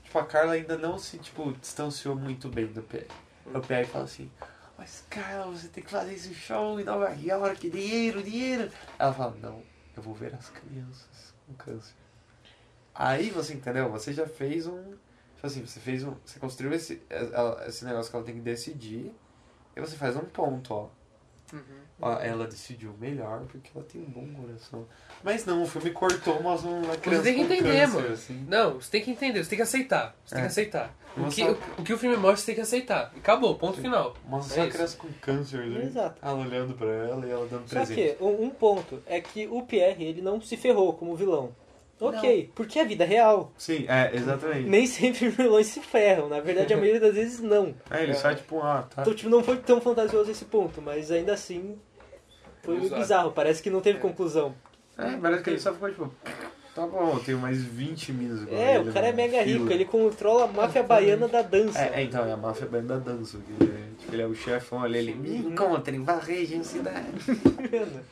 [SPEAKER 3] Tipo, a Carla ainda não se, tipo, distanciou muito bem do PR. O PR fala assim, mas Carla, você tem que fazer esse show em Nova York, dinheiro, dinheiro. Ela fala, não, eu vou ver as crianças com câncer. Aí você entendeu? Você já fez um. Tipo assim, você fez um. Você construiu esse, ela- esse negócio que ela tem que decidir. E você faz um ponto, ó.
[SPEAKER 1] Uhum.
[SPEAKER 3] Ó, ela decidiu melhor porque ela tem um bom coração. Mas não, o filme cortou umas uma
[SPEAKER 1] Você
[SPEAKER 3] criança
[SPEAKER 1] tem que
[SPEAKER 3] com
[SPEAKER 1] entender,
[SPEAKER 3] câncer,
[SPEAKER 1] mano.
[SPEAKER 3] assim.
[SPEAKER 1] Não, você tem que entender, você tem que aceitar. Você tem
[SPEAKER 3] É.
[SPEAKER 1] que aceitar. O
[SPEAKER 3] Nossa.
[SPEAKER 1] que, o, o que o filme mostra, você tem que aceitar. E acabou, ponto final.
[SPEAKER 3] Uma
[SPEAKER 1] É
[SPEAKER 3] só
[SPEAKER 1] isso.
[SPEAKER 3] criança com câncer, né?
[SPEAKER 2] Exato.
[SPEAKER 3] Ela olhando pra ela e ela dando
[SPEAKER 2] Só
[SPEAKER 3] presente.
[SPEAKER 2] que um, um ponto é que o Pierre ele não se ferrou como vilão. Ok, porque é a vida real.
[SPEAKER 3] Sim, é, exatamente.
[SPEAKER 2] Nem sempre os vilões se ferram. Na verdade, a maioria das vezes não.
[SPEAKER 3] É, ele sai tipo, ah, tá.
[SPEAKER 2] Então, tipo, não foi tão fantasioso esse ponto, mas ainda assim foi meio
[SPEAKER 1] Exato.
[SPEAKER 2] bizarro. Parece que não teve conclusão.
[SPEAKER 3] É, parece que ele só ficou tipo, tá bom, eu tenho mais 20 minas agora.
[SPEAKER 2] É,
[SPEAKER 3] Ele
[SPEAKER 2] o cara é
[SPEAKER 3] na
[SPEAKER 2] mega
[SPEAKER 3] fila.
[SPEAKER 2] rico, ele controla a máfia baiana da dança.
[SPEAKER 3] É, é, então, é a máfia bem da dança. que Ele é, tipo, ele é o chefão ali, ele me encontrem, varrejam cidade.
[SPEAKER 2] (laughs) Mano,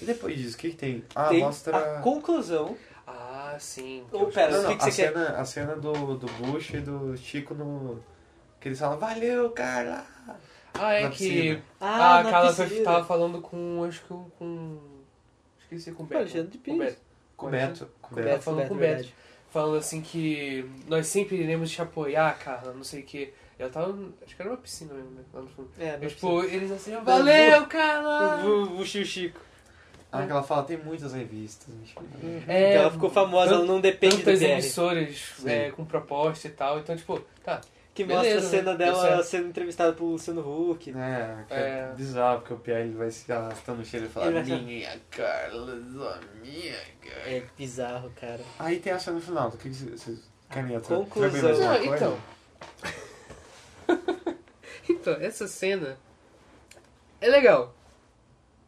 [SPEAKER 3] E depois disso, o que, que tem? Ah,
[SPEAKER 2] Tem
[SPEAKER 3] mostra.
[SPEAKER 2] a conclusão.
[SPEAKER 1] Ah, sim.
[SPEAKER 2] Ou pera,
[SPEAKER 3] Não,
[SPEAKER 2] o
[SPEAKER 3] não,
[SPEAKER 2] que, que
[SPEAKER 3] a,
[SPEAKER 2] você quer?
[SPEAKER 3] cena, a cena do, do Bush e do Chico no. Que eles falam, valeu, Carla!
[SPEAKER 1] Ah, é
[SPEAKER 3] Na
[SPEAKER 1] que
[SPEAKER 3] piscina.
[SPEAKER 2] Ah,
[SPEAKER 1] a
[SPEAKER 2] na
[SPEAKER 1] Carla
[SPEAKER 2] piscina.
[SPEAKER 1] Swift tava Tá falando com, acho que com- com... Esqueci, com o Beto.
[SPEAKER 2] Alexandre de Pires.
[SPEAKER 1] Com o Beto.
[SPEAKER 3] Com o
[SPEAKER 2] é
[SPEAKER 3] Beto. Com o
[SPEAKER 1] Beto.
[SPEAKER 3] Beto.
[SPEAKER 1] falando com o Beto.
[SPEAKER 2] verdade.
[SPEAKER 1] Falando assim que nós sempre iremos te apoiar, Carla, não sei o que. Ela tava, acho que era uma piscina mesmo, né? Lá no fundo.
[SPEAKER 2] É,
[SPEAKER 1] Mas,
[SPEAKER 2] mas
[SPEAKER 1] tipo, eles assim, valeu, Tipo, Carla!
[SPEAKER 2] o, o Chico.
[SPEAKER 3] Ah, que ela fala, tem muitas revistas. gente."
[SPEAKER 1] É,
[SPEAKER 2] ela ficou famosa,
[SPEAKER 1] tan-
[SPEAKER 2] ela não depende do
[SPEAKER 1] Tantas
[SPEAKER 2] PR.
[SPEAKER 1] emissoras é, com proposta e tal, então, tipo, tá.
[SPEAKER 2] Que
[SPEAKER 1] Beleza,
[SPEAKER 2] mostra a
[SPEAKER 1] né? Deu
[SPEAKER 2] cena dela
[SPEAKER 1] certo.
[SPEAKER 2] sendo entrevistada pelo Luciano Huck.
[SPEAKER 3] É, que
[SPEAKER 1] É.
[SPEAKER 3] é bizarro, porque o Pierre ele vai se arrastando no cheiro e fala,
[SPEAKER 2] Ele vai-
[SPEAKER 3] minha Carla, sua minha Carla.
[SPEAKER 2] É bizarro, cara.
[SPEAKER 3] Aí tem a cena final, do que que vocês- vocês querem atrás?
[SPEAKER 2] Conclusão.
[SPEAKER 1] Não, então. Então, essa cena é legal.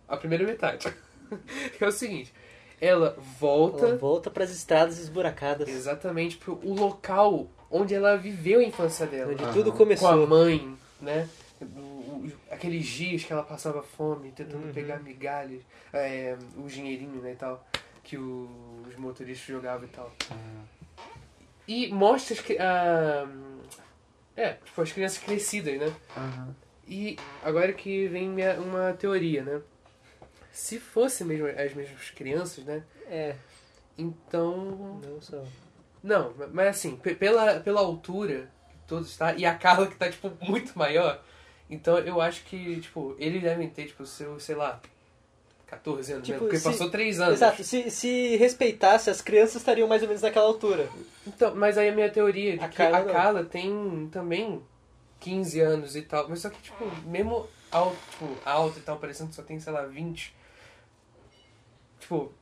[SPEAKER 1] A primeira metade. (laughs) É o seguinte, ela volta
[SPEAKER 2] Ela volta pras estradas esburacadas.
[SPEAKER 1] exatamente pro o local onde ela viveu a infância dela.
[SPEAKER 2] Onde
[SPEAKER 3] Aham.
[SPEAKER 2] tudo
[SPEAKER 1] com a
[SPEAKER 2] começou.
[SPEAKER 1] mãe, né? O- o- Aqueles dias que ela passava fome,
[SPEAKER 2] Uhum.
[SPEAKER 1] tentando pegar migalhas, é, o dinheirinho, né, e tal, que o- os motoristas jogavam e tal.
[SPEAKER 3] É.
[SPEAKER 1] E mostra as, cri- a- é, tipo, as crianças crescidas, né?
[SPEAKER 3] Aham.
[SPEAKER 1] E agora que vem minha- uma teoria, né? Se fosse mesmo as mesmas crianças, né?
[SPEAKER 2] É,
[SPEAKER 1] Então.
[SPEAKER 2] não só.
[SPEAKER 1] Não, mas assim, pe- pela, pela altura que todos está e a Carla que tá, tipo, muito maior, então eu acho que, tipo, eles devem ter, tipo, seu, sei lá, 14 anos,
[SPEAKER 2] Tipo,
[SPEAKER 1] né? Porque
[SPEAKER 2] se-
[SPEAKER 1] passou 3 anos.
[SPEAKER 2] Exato, se, se respeitasse, as crianças estariam mais ou menos naquela altura.
[SPEAKER 1] Então, mas aí a minha teoria é de
[SPEAKER 2] A
[SPEAKER 1] que
[SPEAKER 2] Carla
[SPEAKER 1] a
[SPEAKER 2] não.
[SPEAKER 1] Carla tem também 15 anos e tal, mas só que, tipo, mesmo alto, tipo, alto e tal, parecendo que só tem, sei lá, 20. Tipo,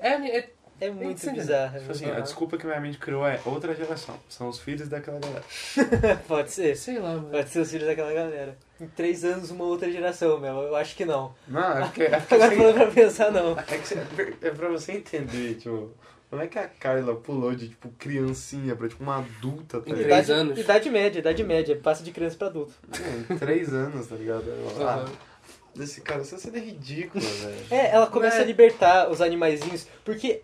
[SPEAKER 1] é, é
[SPEAKER 2] É
[SPEAKER 1] que ser,
[SPEAKER 2] muito
[SPEAKER 1] né?
[SPEAKER 2] bizarro.
[SPEAKER 3] Tipo assim, a desculpa que minha mente criou é outra geração. São os filhos daquela galera.
[SPEAKER 2] (laughs) Pode ser.
[SPEAKER 1] é, sei lá, mano.
[SPEAKER 2] Pode ser os filhos daquela galera. Em três anos, uma outra geração, meu. Eu acho que não.
[SPEAKER 3] Não, é porque. É, porque
[SPEAKER 2] Agora falando
[SPEAKER 3] você,
[SPEAKER 2] pra pensar, não.
[SPEAKER 3] é, que você- é pra você entender, tipo. Como é que a Carla pulou de, tipo, criancinha pra, tipo, uma adulta, tá
[SPEAKER 1] Em
[SPEAKER 3] ligado?
[SPEAKER 1] três anos.
[SPEAKER 2] Idade média, idade média. Passa de criança pra adulto.
[SPEAKER 3] É, em três anos, tá ligado? Ah,
[SPEAKER 1] Aham.
[SPEAKER 3] Desse cara, essa cena
[SPEAKER 1] (laughs)
[SPEAKER 3] é ridícula, velho.
[SPEAKER 2] É, ela começa
[SPEAKER 1] Né?
[SPEAKER 2] a libertar os animaizinhos, porque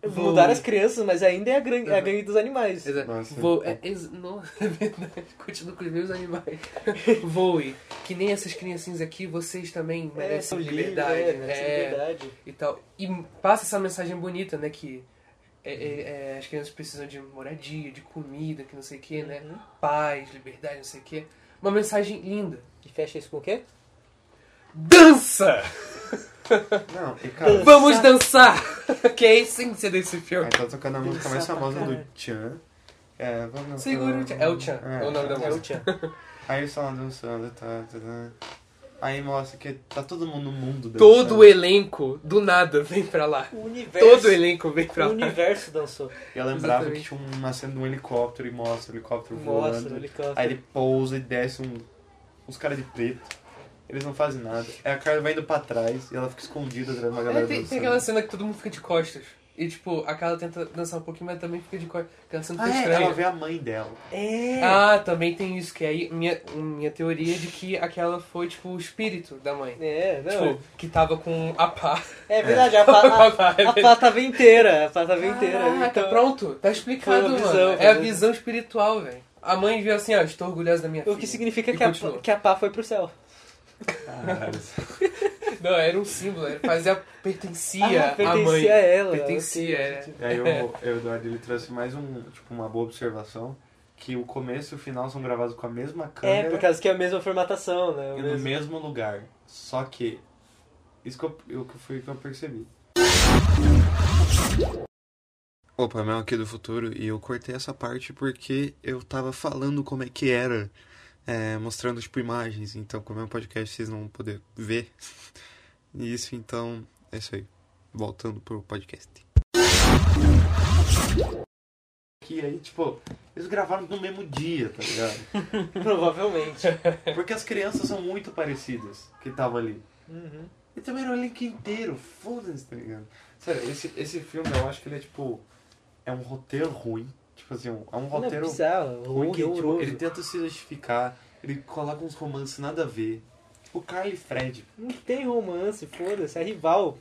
[SPEAKER 1] Vou- Uhum.
[SPEAKER 2] mudaram as crianças, mas ainda é a, gran... é a gangue dos animais.
[SPEAKER 1] Exato.
[SPEAKER 3] Nossa.
[SPEAKER 1] Vou, é, ex- não, (laughs) é verdade. Continuo com os meus animais. (laughs) Voe. Que nem essas criancinhas aqui, vocês também merecem
[SPEAKER 2] É, são livres,
[SPEAKER 1] liberdade.
[SPEAKER 2] é,
[SPEAKER 1] é, né?
[SPEAKER 2] merecem
[SPEAKER 1] É,
[SPEAKER 2] liberdade.
[SPEAKER 1] E tal. E passa essa mensagem bonita, né? Que é, é, é, as crianças precisam de moradia, de comida, que não sei o que, né?
[SPEAKER 2] Uhum.
[SPEAKER 1] Paz, liberdade, não sei o que. Uma mensagem linda.
[SPEAKER 2] E fecha isso com o quê?
[SPEAKER 1] Dança!
[SPEAKER 3] Não, e cara.
[SPEAKER 1] Vamos dançar! (laughs) que é a essência desse filme.
[SPEAKER 3] Aí tá tocando a música mais
[SPEAKER 2] Dançar pra
[SPEAKER 3] famosa do
[SPEAKER 2] caralho.
[SPEAKER 3] Chan. É, vamos
[SPEAKER 1] Segura o Tchan. É o Tchan. É, o nome da
[SPEAKER 2] É o
[SPEAKER 1] música. (laughs)
[SPEAKER 2] Tchan.
[SPEAKER 3] Aí eles estão dançando, tá, tá, tá. Aí mostra que tá todo mundo no mundo dançando.
[SPEAKER 1] Todo o elenco, do nada, vem pra lá.
[SPEAKER 2] O universo.
[SPEAKER 1] Todo é o elenco vem pra
[SPEAKER 2] O
[SPEAKER 1] lá.
[SPEAKER 2] universo dançou.
[SPEAKER 3] E eu lembrava
[SPEAKER 1] Exatamente.
[SPEAKER 3] que tinha uma cena de um helicóptero e mostra o helicóptero
[SPEAKER 2] Mostra
[SPEAKER 3] voando.
[SPEAKER 2] o helicóptero.
[SPEAKER 3] Aí ele pousa e desce um, uns caras de preto. Eles não fazem nada. Aí a Carla vai indo pra trás e ela fica escondida atrás de uma galera
[SPEAKER 1] É, tem, tem
[SPEAKER 3] dançando.
[SPEAKER 1] aquela cena que todo mundo fica de costas. E, tipo, a Carla tenta dançar um pouquinho, mas também fica de costas. Aquela cena
[SPEAKER 3] Ah,
[SPEAKER 1] fica
[SPEAKER 3] é,
[SPEAKER 1] estranha.
[SPEAKER 3] ela vê a mãe dela.
[SPEAKER 2] É.
[SPEAKER 1] Ah, também tem isso, que aí minha, minha teoria é de que aquela foi, tipo, o espírito da mãe.
[SPEAKER 2] É, não.
[SPEAKER 1] Tipo, que tava com a pá.
[SPEAKER 2] é
[SPEAKER 1] (laughs)
[SPEAKER 2] verdade, a pá, a, a pá tava inteira. A pá tava inteira.
[SPEAKER 1] é Caraca,
[SPEAKER 2] então,
[SPEAKER 1] pronto, tá explicado,
[SPEAKER 2] Foi uma
[SPEAKER 1] mano.
[SPEAKER 2] visão,
[SPEAKER 1] é a
[SPEAKER 2] né?
[SPEAKER 1] visão espiritual, velho. A mãe viu assim, ó, estou orgulhosa da minha
[SPEAKER 2] O
[SPEAKER 1] filha.
[SPEAKER 2] que significa
[SPEAKER 1] E
[SPEAKER 2] que a,
[SPEAKER 1] continuou.
[SPEAKER 2] que a pá foi pro céu.
[SPEAKER 3] Caralho.
[SPEAKER 1] Não, era um símbolo, era, fazia, pertencia,
[SPEAKER 2] Ah,
[SPEAKER 1] à
[SPEAKER 2] pertencia
[SPEAKER 1] mãe.
[SPEAKER 2] a ela,
[SPEAKER 1] Pertencia,
[SPEAKER 2] ok,
[SPEAKER 1] é.
[SPEAKER 3] E aí o, o Eduardo ele trouxe mais um, tipo, uma boa observação, que o começo e o final são gravados com a mesma câmera
[SPEAKER 2] É, por causa que é a mesma formatação, né? O
[SPEAKER 3] e no
[SPEAKER 2] mesmo-
[SPEAKER 3] mesmo lugar. Só que. Isso que eu, eu, que foi o que eu percebi. O Pamela aqui do futuro, e eu cortei essa parte porque eu tava falando como é que era, é, mostrando tipo imagens, então como é um podcast vocês não vão poder ver. (laughs) E isso então, é isso aí. Voltando pro podcast. Que aí, tipo, eles gravaram no mesmo dia, tá ligado?
[SPEAKER 2] (laughs) Provavelmente.
[SPEAKER 3] Porque as crianças são muito parecidas que estavam ali.
[SPEAKER 2] Uhum.
[SPEAKER 3] E também era o link inteiro, foda-se, tá ligado? Sério, esse, esse filme eu acho que ele é tipo. É um roteiro ruim. Tipo assim, um- é um
[SPEAKER 2] Não, é
[SPEAKER 3] roteiro
[SPEAKER 2] bizarro,
[SPEAKER 3] ruim
[SPEAKER 2] ruim,
[SPEAKER 3] que tipo,
[SPEAKER 2] horroroso.
[SPEAKER 3] ele tenta se justificar, ele coloca uns romances nada a ver. Tipo, Carly e Fred,
[SPEAKER 2] Não tem romance, foda-se, é rival.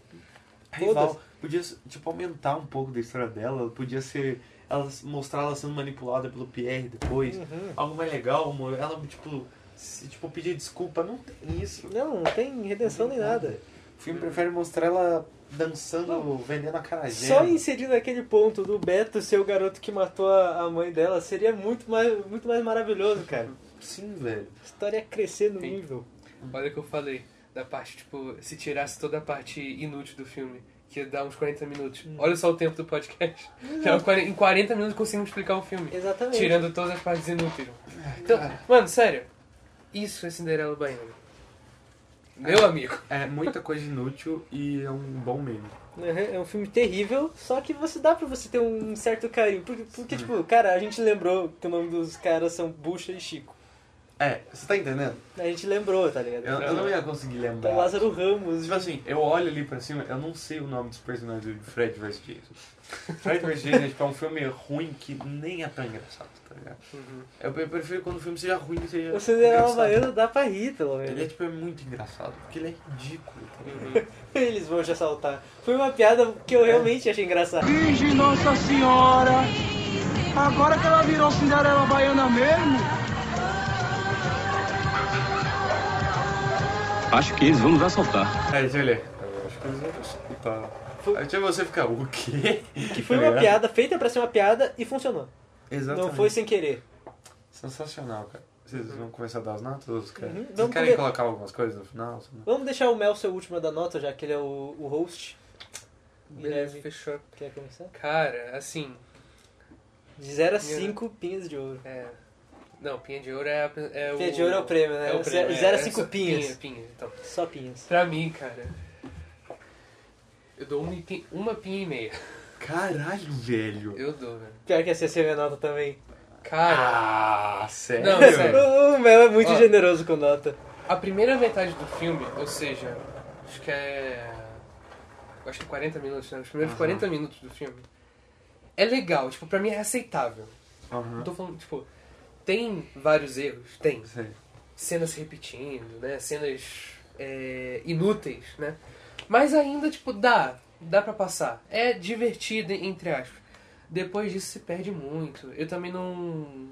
[SPEAKER 3] a
[SPEAKER 2] Todas.
[SPEAKER 3] rival, podia tipo, aumentar um pouco da história dela, podia ser. Ela, mostrar ela sendo manipulada pelo Pierre depois.
[SPEAKER 2] Uhum.
[SPEAKER 3] Algo mais legal, amor. Ela, tipo, se, tipo, pedir desculpa, não tem isso.
[SPEAKER 2] Não, não tem redenção nem nada.
[SPEAKER 3] O filme prefere mostrar ela dançando, vendendo a cara
[SPEAKER 2] Só inserindo aquele ponto do Beto ser o garoto que matou a, a mãe dela seria muito mais, muito mais maravilhoso, cara.
[SPEAKER 3] Sim, velho.
[SPEAKER 2] A história ia crescer no
[SPEAKER 1] Sim.
[SPEAKER 2] nível.
[SPEAKER 1] Olha o que eu falei. Da parte, tipo, se tirasse toda a parte inútil do filme, que ia dar uns 40 minutos.
[SPEAKER 2] Hum.
[SPEAKER 1] Olha só o tempo do podcast. Já é 40 em 40 minutos conseguimos explicar o filme.
[SPEAKER 2] Exatamente. Ah,
[SPEAKER 1] Tirando todas as partes inúteis. Então, mano, sério. Isso é Cinderela Baiana.
[SPEAKER 2] Ah.
[SPEAKER 1] Meu amigo.
[SPEAKER 3] É muita coisa inútil e é um bom meme.
[SPEAKER 2] Uhum, É um filme terrível, só que você dá pra você ter um certo carinho. Porque, porque,
[SPEAKER 3] Uhum.
[SPEAKER 2] tipo, cara, a gente lembrou que o nome dos caras são Bucha e Chico.
[SPEAKER 3] É, você tá entendendo?
[SPEAKER 2] A gente lembrou, tá ligado?
[SPEAKER 3] Eu, eu não ia conseguir
[SPEAKER 2] Então,
[SPEAKER 3] lembrar.
[SPEAKER 2] Lázaro Ramos.
[SPEAKER 3] Tipo assim, eu olho ali pra cima, eu não sei o nome dos personagens de Fred vs. Jason. Fred vs. Jason é, tipo, é um filme ruim que nem é tão engraçado, tá ligado? Eu pre- prefiro quando o filme seja ruim que seja.
[SPEAKER 2] O Cinderela
[SPEAKER 3] engraçado.
[SPEAKER 2] Baiana dá pra rir, pelo
[SPEAKER 3] Ele é
[SPEAKER 2] menos.
[SPEAKER 3] tipo é muito engraçado, porque ele é ridículo. Tá ligado?
[SPEAKER 2] (laughs) Eles vão te assaltar. Foi uma piada que
[SPEAKER 1] É.
[SPEAKER 2] eu realmente achei engraçada.
[SPEAKER 7] Virgem Nossa Senhora! Agora que ela virou Cinderela Baiana mesmo?
[SPEAKER 5] Acho que eles vão nos assaltar.
[SPEAKER 3] Aí você olha, eu acho que eles vão escutar.
[SPEAKER 2] Foi-
[SPEAKER 3] Aí tinha você ficar, o quê?
[SPEAKER 2] Que foi
[SPEAKER 3] Tá
[SPEAKER 2] uma
[SPEAKER 3] ligado?
[SPEAKER 2] piada feita pra ser uma piada e funcionou.
[SPEAKER 3] Exatamente.
[SPEAKER 2] Não foi sem querer.
[SPEAKER 3] Sensacional, cara. Vocês vão começar a dar as notas? Os caras?
[SPEAKER 2] Uhum.
[SPEAKER 3] Vocês
[SPEAKER 2] Vamos
[SPEAKER 3] querem
[SPEAKER 2] comer-
[SPEAKER 3] colocar algumas coisas no final? Sei lá.
[SPEAKER 2] Vamos deixar o Mel ser o último da nota, já que ele é o, o host.
[SPEAKER 1] Beleza,
[SPEAKER 2] Guilherme,
[SPEAKER 1] fechou.
[SPEAKER 2] quer começar?
[SPEAKER 1] Cara, assim.
[SPEAKER 2] De 0 a
[SPEAKER 1] Guilherme.
[SPEAKER 2] 5 pinhas de ouro.
[SPEAKER 1] É... Não, Pinha de Ouro é, a- é o.
[SPEAKER 2] Pinha de ouro é o prêmio, né?
[SPEAKER 1] É o prêmio.
[SPEAKER 2] Zero- zero a
[SPEAKER 1] é,
[SPEAKER 2] cinco
[SPEAKER 1] só-
[SPEAKER 2] pinhas.
[SPEAKER 1] Pinha, pinha, então.
[SPEAKER 2] Só pinhas.
[SPEAKER 1] Pra mim, cara. Eu dou uma, e pi- uma pinha e meia.
[SPEAKER 3] Caralho, velho.
[SPEAKER 1] Eu dou, velho.
[SPEAKER 2] Pior que essa ia ser a minha nota também.
[SPEAKER 1] Cara,
[SPEAKER 3] Ah, sério?
[SPEAKER 1] Não,
[SPEAKER 2] (laughs)
[SPEAKER 1] sério.
[SPEAKER 2] o Mel é muito
[SPEAKER 1] Ó.
[SPEAKER 2] generoso com nota. (laughs)
[SPEAKER 1] a primeira metade do filme, ou seja, acho que é. Acho que 40 minutos, né? Os primeiros 40 minutos do filme. É legal, tipo, pra mim é aceitável.
[SPEAKER 3] Aham.
[SPEAKER 1] Não tô falando, tipo, tem vários erros, tem.
[SPEAKER 3] Sei.
[SPEAKER 1] cenas se repetindo, né? Cenas é, inúteis, né? Mas ainda, tipo, dá. Dá pra passar. É divertido, entre aspas. Depois disso se perde muito. Eu também não...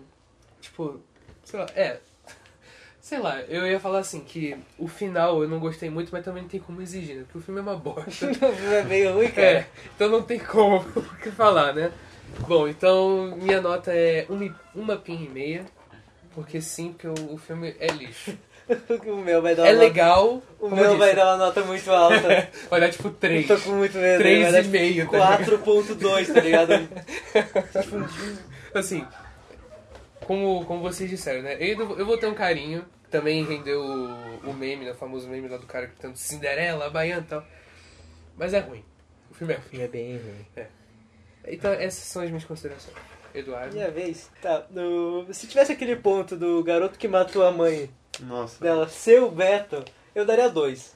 [SPEAKER 1] Tipo, sei lá, é... (laughs) Sei lá, eu ia falar assim, que o final eu não gostei muito, mas também não tem como exigir, né? Porque o filme é uma bosta.
[SPEAKER 2] é meio ruim, cara.
[SPEAKER 1] É, então não tem como (laughs) o que falar, né? Bom, então minha nota é uma, e- uma pinha e meia, porque sim, porque o, o filme é lixo.
[SPEAKER 2] (laughs) O Mel vai dar uma
[SPEAKER 1] É
[SPEAKER 2] nota-
[SPEAKER 1] legal,
[SPEAKER 2] O
[SPEAKER 1] como
[SPEAKER 2] Mel
[SPEAKER 1] eu
[SPEAKER 2] vai
[SPEAKER 1] disse,
[SPEAKER 2] dar uma nota muito alta.
[SPEAKER 1] vai dar tipo três
[SPEAKER 2] Tô com muito medo. é
[SPEAKER 1] Três
[SPEAKER 2] ele vai dar tipo
[SPEAKER 1] e meio, tá
[SPEAKER 2] 4.2, tá ligado?
[SPEAKER 1] Assim, como, como vocês disseram, né? Eu, ainda vou- eu vou ter um carinho, também rendeu o, o meme, né? o famoso meme lá do cara que tanto Cinderela, Baiana e tal. Mas é ruim. O filme é ruim.
[SPEAKER 2] É bem ruim.
[SPEAKER 1] Então essas são as minhas considerações. Eduardo.
[SPEAKER 2] Minha vez. Tá, no- se tivesse aquele ponto do garoto que matou a mãe
[SPEAKER 3] Nossa.
[SPEAKER 2] dela ser o Beto, eu daria dois.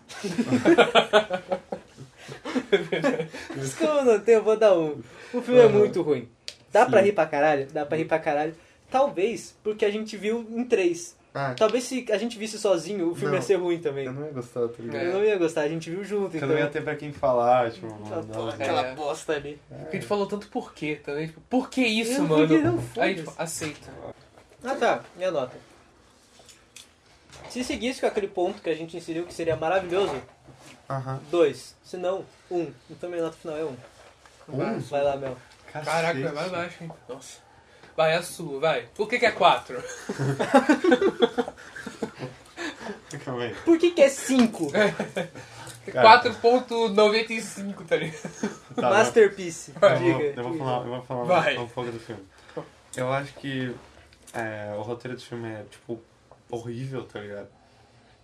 [SPEAKER 2] Mas como eu não tenho, eu vou dar um. O filme é muito ruim. Dá pra rir pra caralho? Dá pra rir pra caralho. Talvez porque a gente viu em três.
[SPEAKER 3] Ah,
[SPEAKER 2] Talvez se a gente visse sozinho, o filme
[SPEAKER 3] Não.
[SPEAKER 2] ia ser ruim também.
[SPEAKER 3] eu não ia gostar, tá ligado?
[SPEAKER 2] Eu não ia gostar, a gente viu junto,
[SPEAKER 3] Porque
[SPEAKER 2] então. Tá
[SPEAKER 3] eu não ia ter pra quem falar, tipo...
[SPEAKER 2] Aquela porra,
[SPEAKER 3] não.
[SPEAKER 2] Aquela
[SPEAKER 1] É.
[SPEAKER 2] bosta ali.
[SPEAKER 1] Porque a gente falou tanto por quê também. Tipo, por que isso,
[SPEAKER 2] Eu
[SPEAKER 1] mano?
[SPEAKER 2] não,
[SPEAKER 1] Aí,
[SPEAKER 2] foda-se.
[SPEAKER 1] tipo, aceita.
[SPEAKER 2] Ah tá, minha nota. Se seguisse com aquele ponto que a gente inseriu que seria maravilhoso,
[SPEAKER 3] Aham.
[SPEAKER 2] dois. Se não, um. Então minha nota final é um.
[SPEAKER 3] Um?
[SPEAKER 2] Vai lá, Mel.
[SPEAKER 1] Caraca,
[SPEAKER 3] Cacete.
[SPEAKER 1] vai mais baixo, hein? Nossa. Vai, a sua, vai. Por que, que é quatro?
[SPEAKER 3] Calma aí.
[SPEAKER 2] Por que, que é cinco?
[SPEAKER 3] Cara.
[SPEAKER 1] 4.95, tá ligado?
[SPEAKER 3] (laughs) Tá,
[SPEAKER 2] Masterpiece.
[SPEAKER 3] (laughs) eu, eu, vou,
[SPEAKER 2] Diga.
[SPEAKER 3] eu vou falar, eu vou falar
[SPEAKER 1] Vai.
[SPEAKER 3] um pouco do filme. Eu acho que é, o roteiro do filme é, tipo, horrível, tá ligado?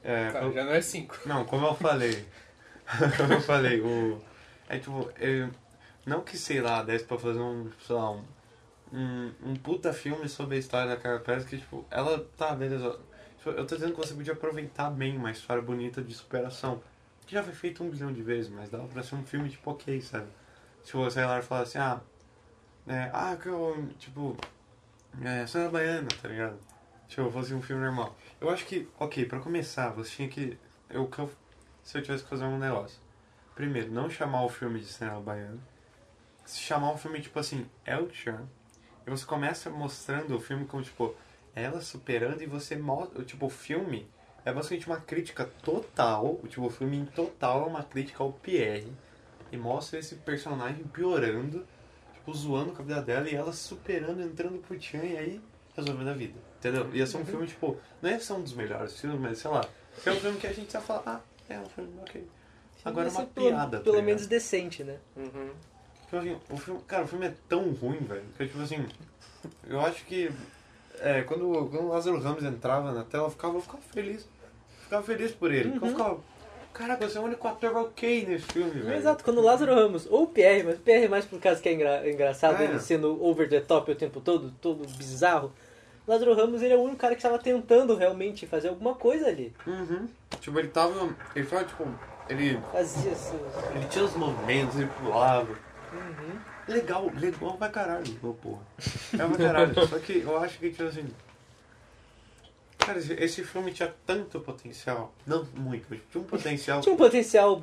[SPEAKER 3] É,
[SPEAKER 1] Tá,
[SPEAKER 3] pelo-
[SPEAKER 1] já não é cinco.
[SPEAKER 3] Não, como eu falei. (laughs) como eu falei, o. É tipo, ele- não que sei lá, desse pra fazer um, sei lá, um, um, um puta filme sobre a história da Carla Pérez, que tipo, ela tá, beleza. Tipo, eu tô dizendo que você podia aproveitar bem uma história bonita de superação. Que já foi feito um bilhão de vezes, mas dava pra ser um filme tipo ok, sabe? Tipo, você lá e falar assim, ah. É, ah, que eu. Tipo. É, Sandra Baiana, tá ligado? Tipo, fosse um filme normal. Eu acho que, ok, pra começar, você tinha que eu, que eu, se eu tivesse que fazer um negócio. Primeiro, não chamar o filme de cinema baiano. Se chamar um filme tipo assim, El Chan. E você começa mostrando o filme como tipo, ela superando e você mostra. Tipo, o filme é basicamente uma crítica total. Tipo, o filme em total é uma crítica ao Pierre. E mostra esse personagem piorando, tipo, zoando com a vida dela e ela superando, entrando pro Chan e aí resolvendo a vida. Entendeu? Ia ser um filme, tipo, não ia ser um dos melhores filmes, mas sei lá. É um filme que a gente ia falar, ah, é um filme, ok. Agora é
[SPEAKER 2] Ia
[SPEAKER 3] uma
[SPEAKER 2] ser pelo-
[SPEAKER 3] piada, tá
[SPEAKER 2] Pelo
[SPEAKER 3] ligado?
[SPEAKER 2] menos decente, né?
[SPEAKER 3] Tipo assim, o filme, cara, o filme é tão ruim, velho, que tipo assim, eu acho que é, quando, quando o Lázaro Ramos entrava na tela, eu ficava, eu ficava feliz. Ficava feliz por ele. porque Eu ficava, caraca, você é o único ator ok nesse filme, velho.
[SPEAKER 2] Exato, quando o Lázaro Ramos, ou o Pierre, mas o Pierre mais por causa que é engra- engraçado,
[SPEAKER 3] É.
[SPEAKER 2] ele sendo over the top o tempo todo, todo bizarro. Lázaro Ramos, ele é o único cara que estava tentando realmente fazer alguma coisa ali.
[SPEAKER 3] Uhum. Tipo, ele tava, ele tava, tipo, ele,
[SPEAKER 2] Fazia assim, seus...
[SPEAKER 3] ele tinha os momentos, ele pulava.
[SPEAKER 2] Uhum.
[SPEAKER 3] Legal, legal pra caralho, ô porra. É pra caralho. Só que eu acho que, tipo assim. Cara, esse, esse filme tinha tanto potencial. Não muito, mas tinha um potencial.
[SPEAKER 2] Tinha um potencial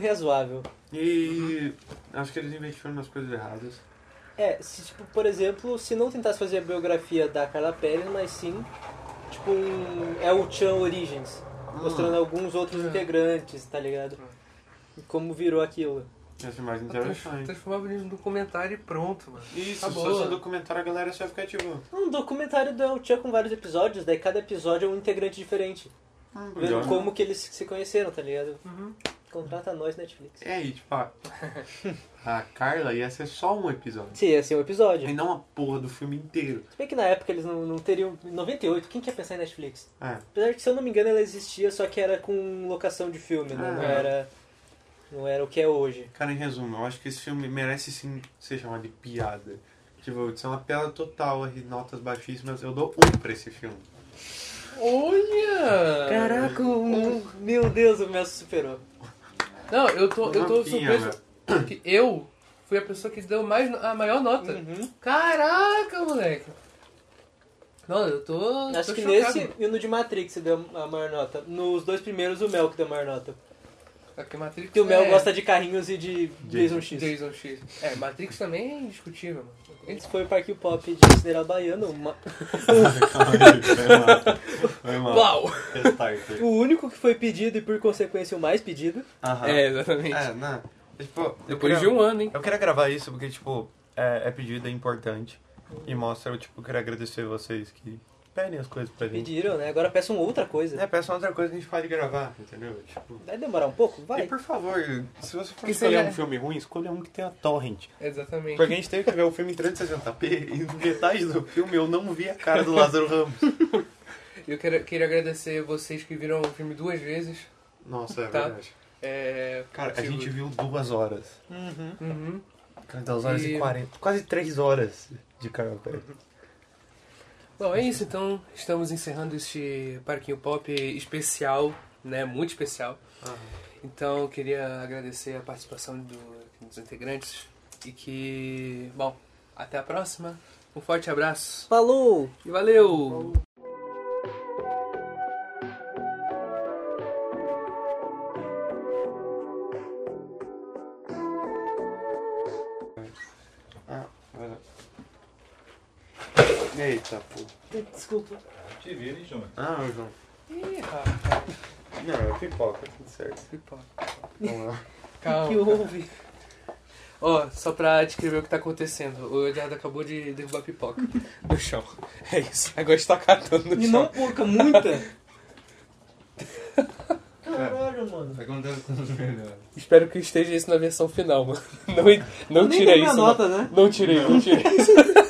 [SPEAKER 2] razoável.
[SPEAKER 3] E acho que eles investiram nas coisas erradas.
[SPEAKER 2] É, se, tipo, por exemplo, se não tentasse fazer a biografia da Carla Pérez, mas sim, tipo, um é o Chan Origins, mostrando alguns outros integrantes, tá ligado? E como virou aquilo.
[SPEAKER 3] Essa imagem
[SPEAKER 2] Tá
[SPEAKER 1] Trans-
[SPEAKER 3] interessante.
[SPEAKER 1] Transformava nisso num documentário e pronto, mano.
[SPEAKER 3] Isso, se
[SPEAKER 1] Acabou.
[SPEAKER 3] fosse um documentário, a galera só ia ficar tipo.
[SPEAKER 2] Um documentário do El Chan com vários episódios, daí cada episódio é um integrante diferente.
[SPEAKER 3] Hum,
[SPEAKER 2] Vendo
[SPEAKER 3] legal.
[SPEAKER 2] como que eles se conheceram, tá ligado? Contrata nós, Netflix.
[SPEAKER 3] É aí, tipo,
[SPEAKER 2] (laughs)
[SPEAKER 3] a, a Carla ia ser só um episódio.
[SPEAKER 2] Sim, assim, um episódio.
[SPEAKER 3] E não a porra do filme inteiro.
[SPEAKER 2] Se bem que na época eles não, não teriam... Em 98, quem quer pensar em Netflix?
[SPEAKER 3] É.
[SPEAKER 2] Apesar de, se eu não me engano, ela existia, só que era com locação de filme, né?
[SPEAKER 3] Ah.
[SPEAKER 2] Não era... Não era o que é hoje.
[SPEAKER 3] Cara, em resumo, eu acho que esse filme merece sim ser chamado de piada. Tipo, isso é uma piada total, e notas baixíssimas. Eu dou um pra
[SPEAKER 1] (laughs)
[SPEAKER 3] esse filme.
[SPEAKER 1] Olha!
[SPEAKER 2] Caraca, Ah, um, meu Deus, o Messi superou.
[SPEAKER 1] Não, eu tô, eu tô
[SPEAKER 3] Rampinha,
[SPEAKER 1] surpreso
[SPEAKER 3] né?
[SPEAKER 1] que eu fui a pessoa que deu mais, no- a maior nota.
[SPEAKER 2] Uhum.
[SPEAKER 1] Caraca, moleque! Não, eu tô. tô
[SPEAKER 2] Acho que
[SPEAKER 1] chocado.
[SPEAKER 2] nesse e no de Matrix você deu a maior nota. Nos dois primeiros, o Mel que deu a maior nota.
[SPEAKER 1] Porque Matrix
[SPEAKER 2] Porque o Mel
[SPEAKER 1] é
[SPEAKER 2] gosta de carrinhos e de Jason X.
[SPEAKER 1] Jason X. É, Matrix também é indiscutível, mano.
[SPEAKER 2] Esse foi o Parque Pop de Cineral Baiano, uma-
[SPEAKER 3] Calma aí, foi mal. Foi mal.
[SPEAKER 1] Uau!
[SPEAKER 3] Restart.
[SPEAKER 2] o único que foi pedido e por consequência o mais pedido.
[SPEAKER 3] Aham.
[SPEAKER 1] É, exatamente.
[SPEAKER 3] É, não. Tipo, eu
[SPEAKER 1] Depois
[SPEAKER 3] queria-
[SPEAKER 1] de um ano, hein?
[SPEAKER 3] Eu queria gravar isso porque, tipo, é, é pedido, é importante. E mostra, eu, tipo, queria agradecer vocês que pedem as coisas pra gente.
[SPEAKER 2] Pediram, né? Agora peçam outra coisa.
[SPEAKER 3] É, peça outra coisa que a gente pode gravar, entendeu? Tipo...
[SPEAKER 2] Vai demorar um pouco?
[SPEAKER 3] E
[SPEAKER 2] Vai.
[SPEAKER 3] por favor, se você for
[SPEAKER 1] Que
[SPEAKER 3] escolher
[SPEAKER 1] seja- né?
[SPEAKER 3] um filme ruim, escolha um que tenha torrent.
[SPEAKER 1] Exatamente.
[SPEAKER 3] Porque a gente teve que ver o filme em 360p e metade do filme eu não vi a cara do Lázaro Ramos.
[SPEAKER 1] Eu quero, queria agradecer vocês que viram o filme duas vezes.
[SPEAKER 3] Nossa, é
[SPEAKER 1] Tá.
[SPEAKER 3] verdade.
[SPEAKER 1] É,
[SPEAKER 3] Cara, a
[SPEAKER 1] tipo,
[SPEAKER 3] gente viu duas horas.
[SPEAKER 1] Uhum.
[SPEAKER 3] Cara, duas horas e
[SPEAKER 1] E-
[SPEAKER 3] quarenta. Quase três horas de Carol Pérez.
[SPEAKER 1] Bom, é isso então. Estamos encerrando este Parquinho Pop especial, né? Muito especial. Então, eu queria agradecer a participação do- dos integrantes e que, bom, até a próxima. Um forte abraço
[SPEAKER 2] Falou!
[SPEAKER 1] e valeu!
[SPEAKER 3] Eita, pô.
[SPEAKER 2] Desculpa.
[SPEAKER 9] Te vira, hein, João?
[SPEAKER 3] Ah, João.
[SPEAKER 1] Ih, rapaz,
[SPEAKER 3] Não, é pipoca, tudo certo.
[SPEAKER 1] pipoca.
[SPEAKER 3] Vamos lá.
[SPEAKER 1] Calma.
[SPEAKER 2] que houve?
[SPEAKER 1] Ó, só pra descrever o que tá acontecendo. O Eduardo acabou de derrubar a pipoca (laughs) do chão. É isso. Agora está catando no
[SPEAKER 2] E
[SPEAKER 1] chão.
[SPEAKER 2] não pouca, muita. Caralho, mano.
[SPEAKER 9] Acontece tudo melhor.
[SPEAKER 1] Espero que esteja isso na versão final, mano. (laughs) Não, não
[SPEAKER 2] Nem
[SPEAKER 1] tira
[SPEAKER 2] dei minha
[SPEAKER 1] isso.
[SPEAKER 2] nota,
[SPEAKER 1] mano.
[SPEAKER 2] né?
[SPEAKER 1] Não tirei, não tirei isso.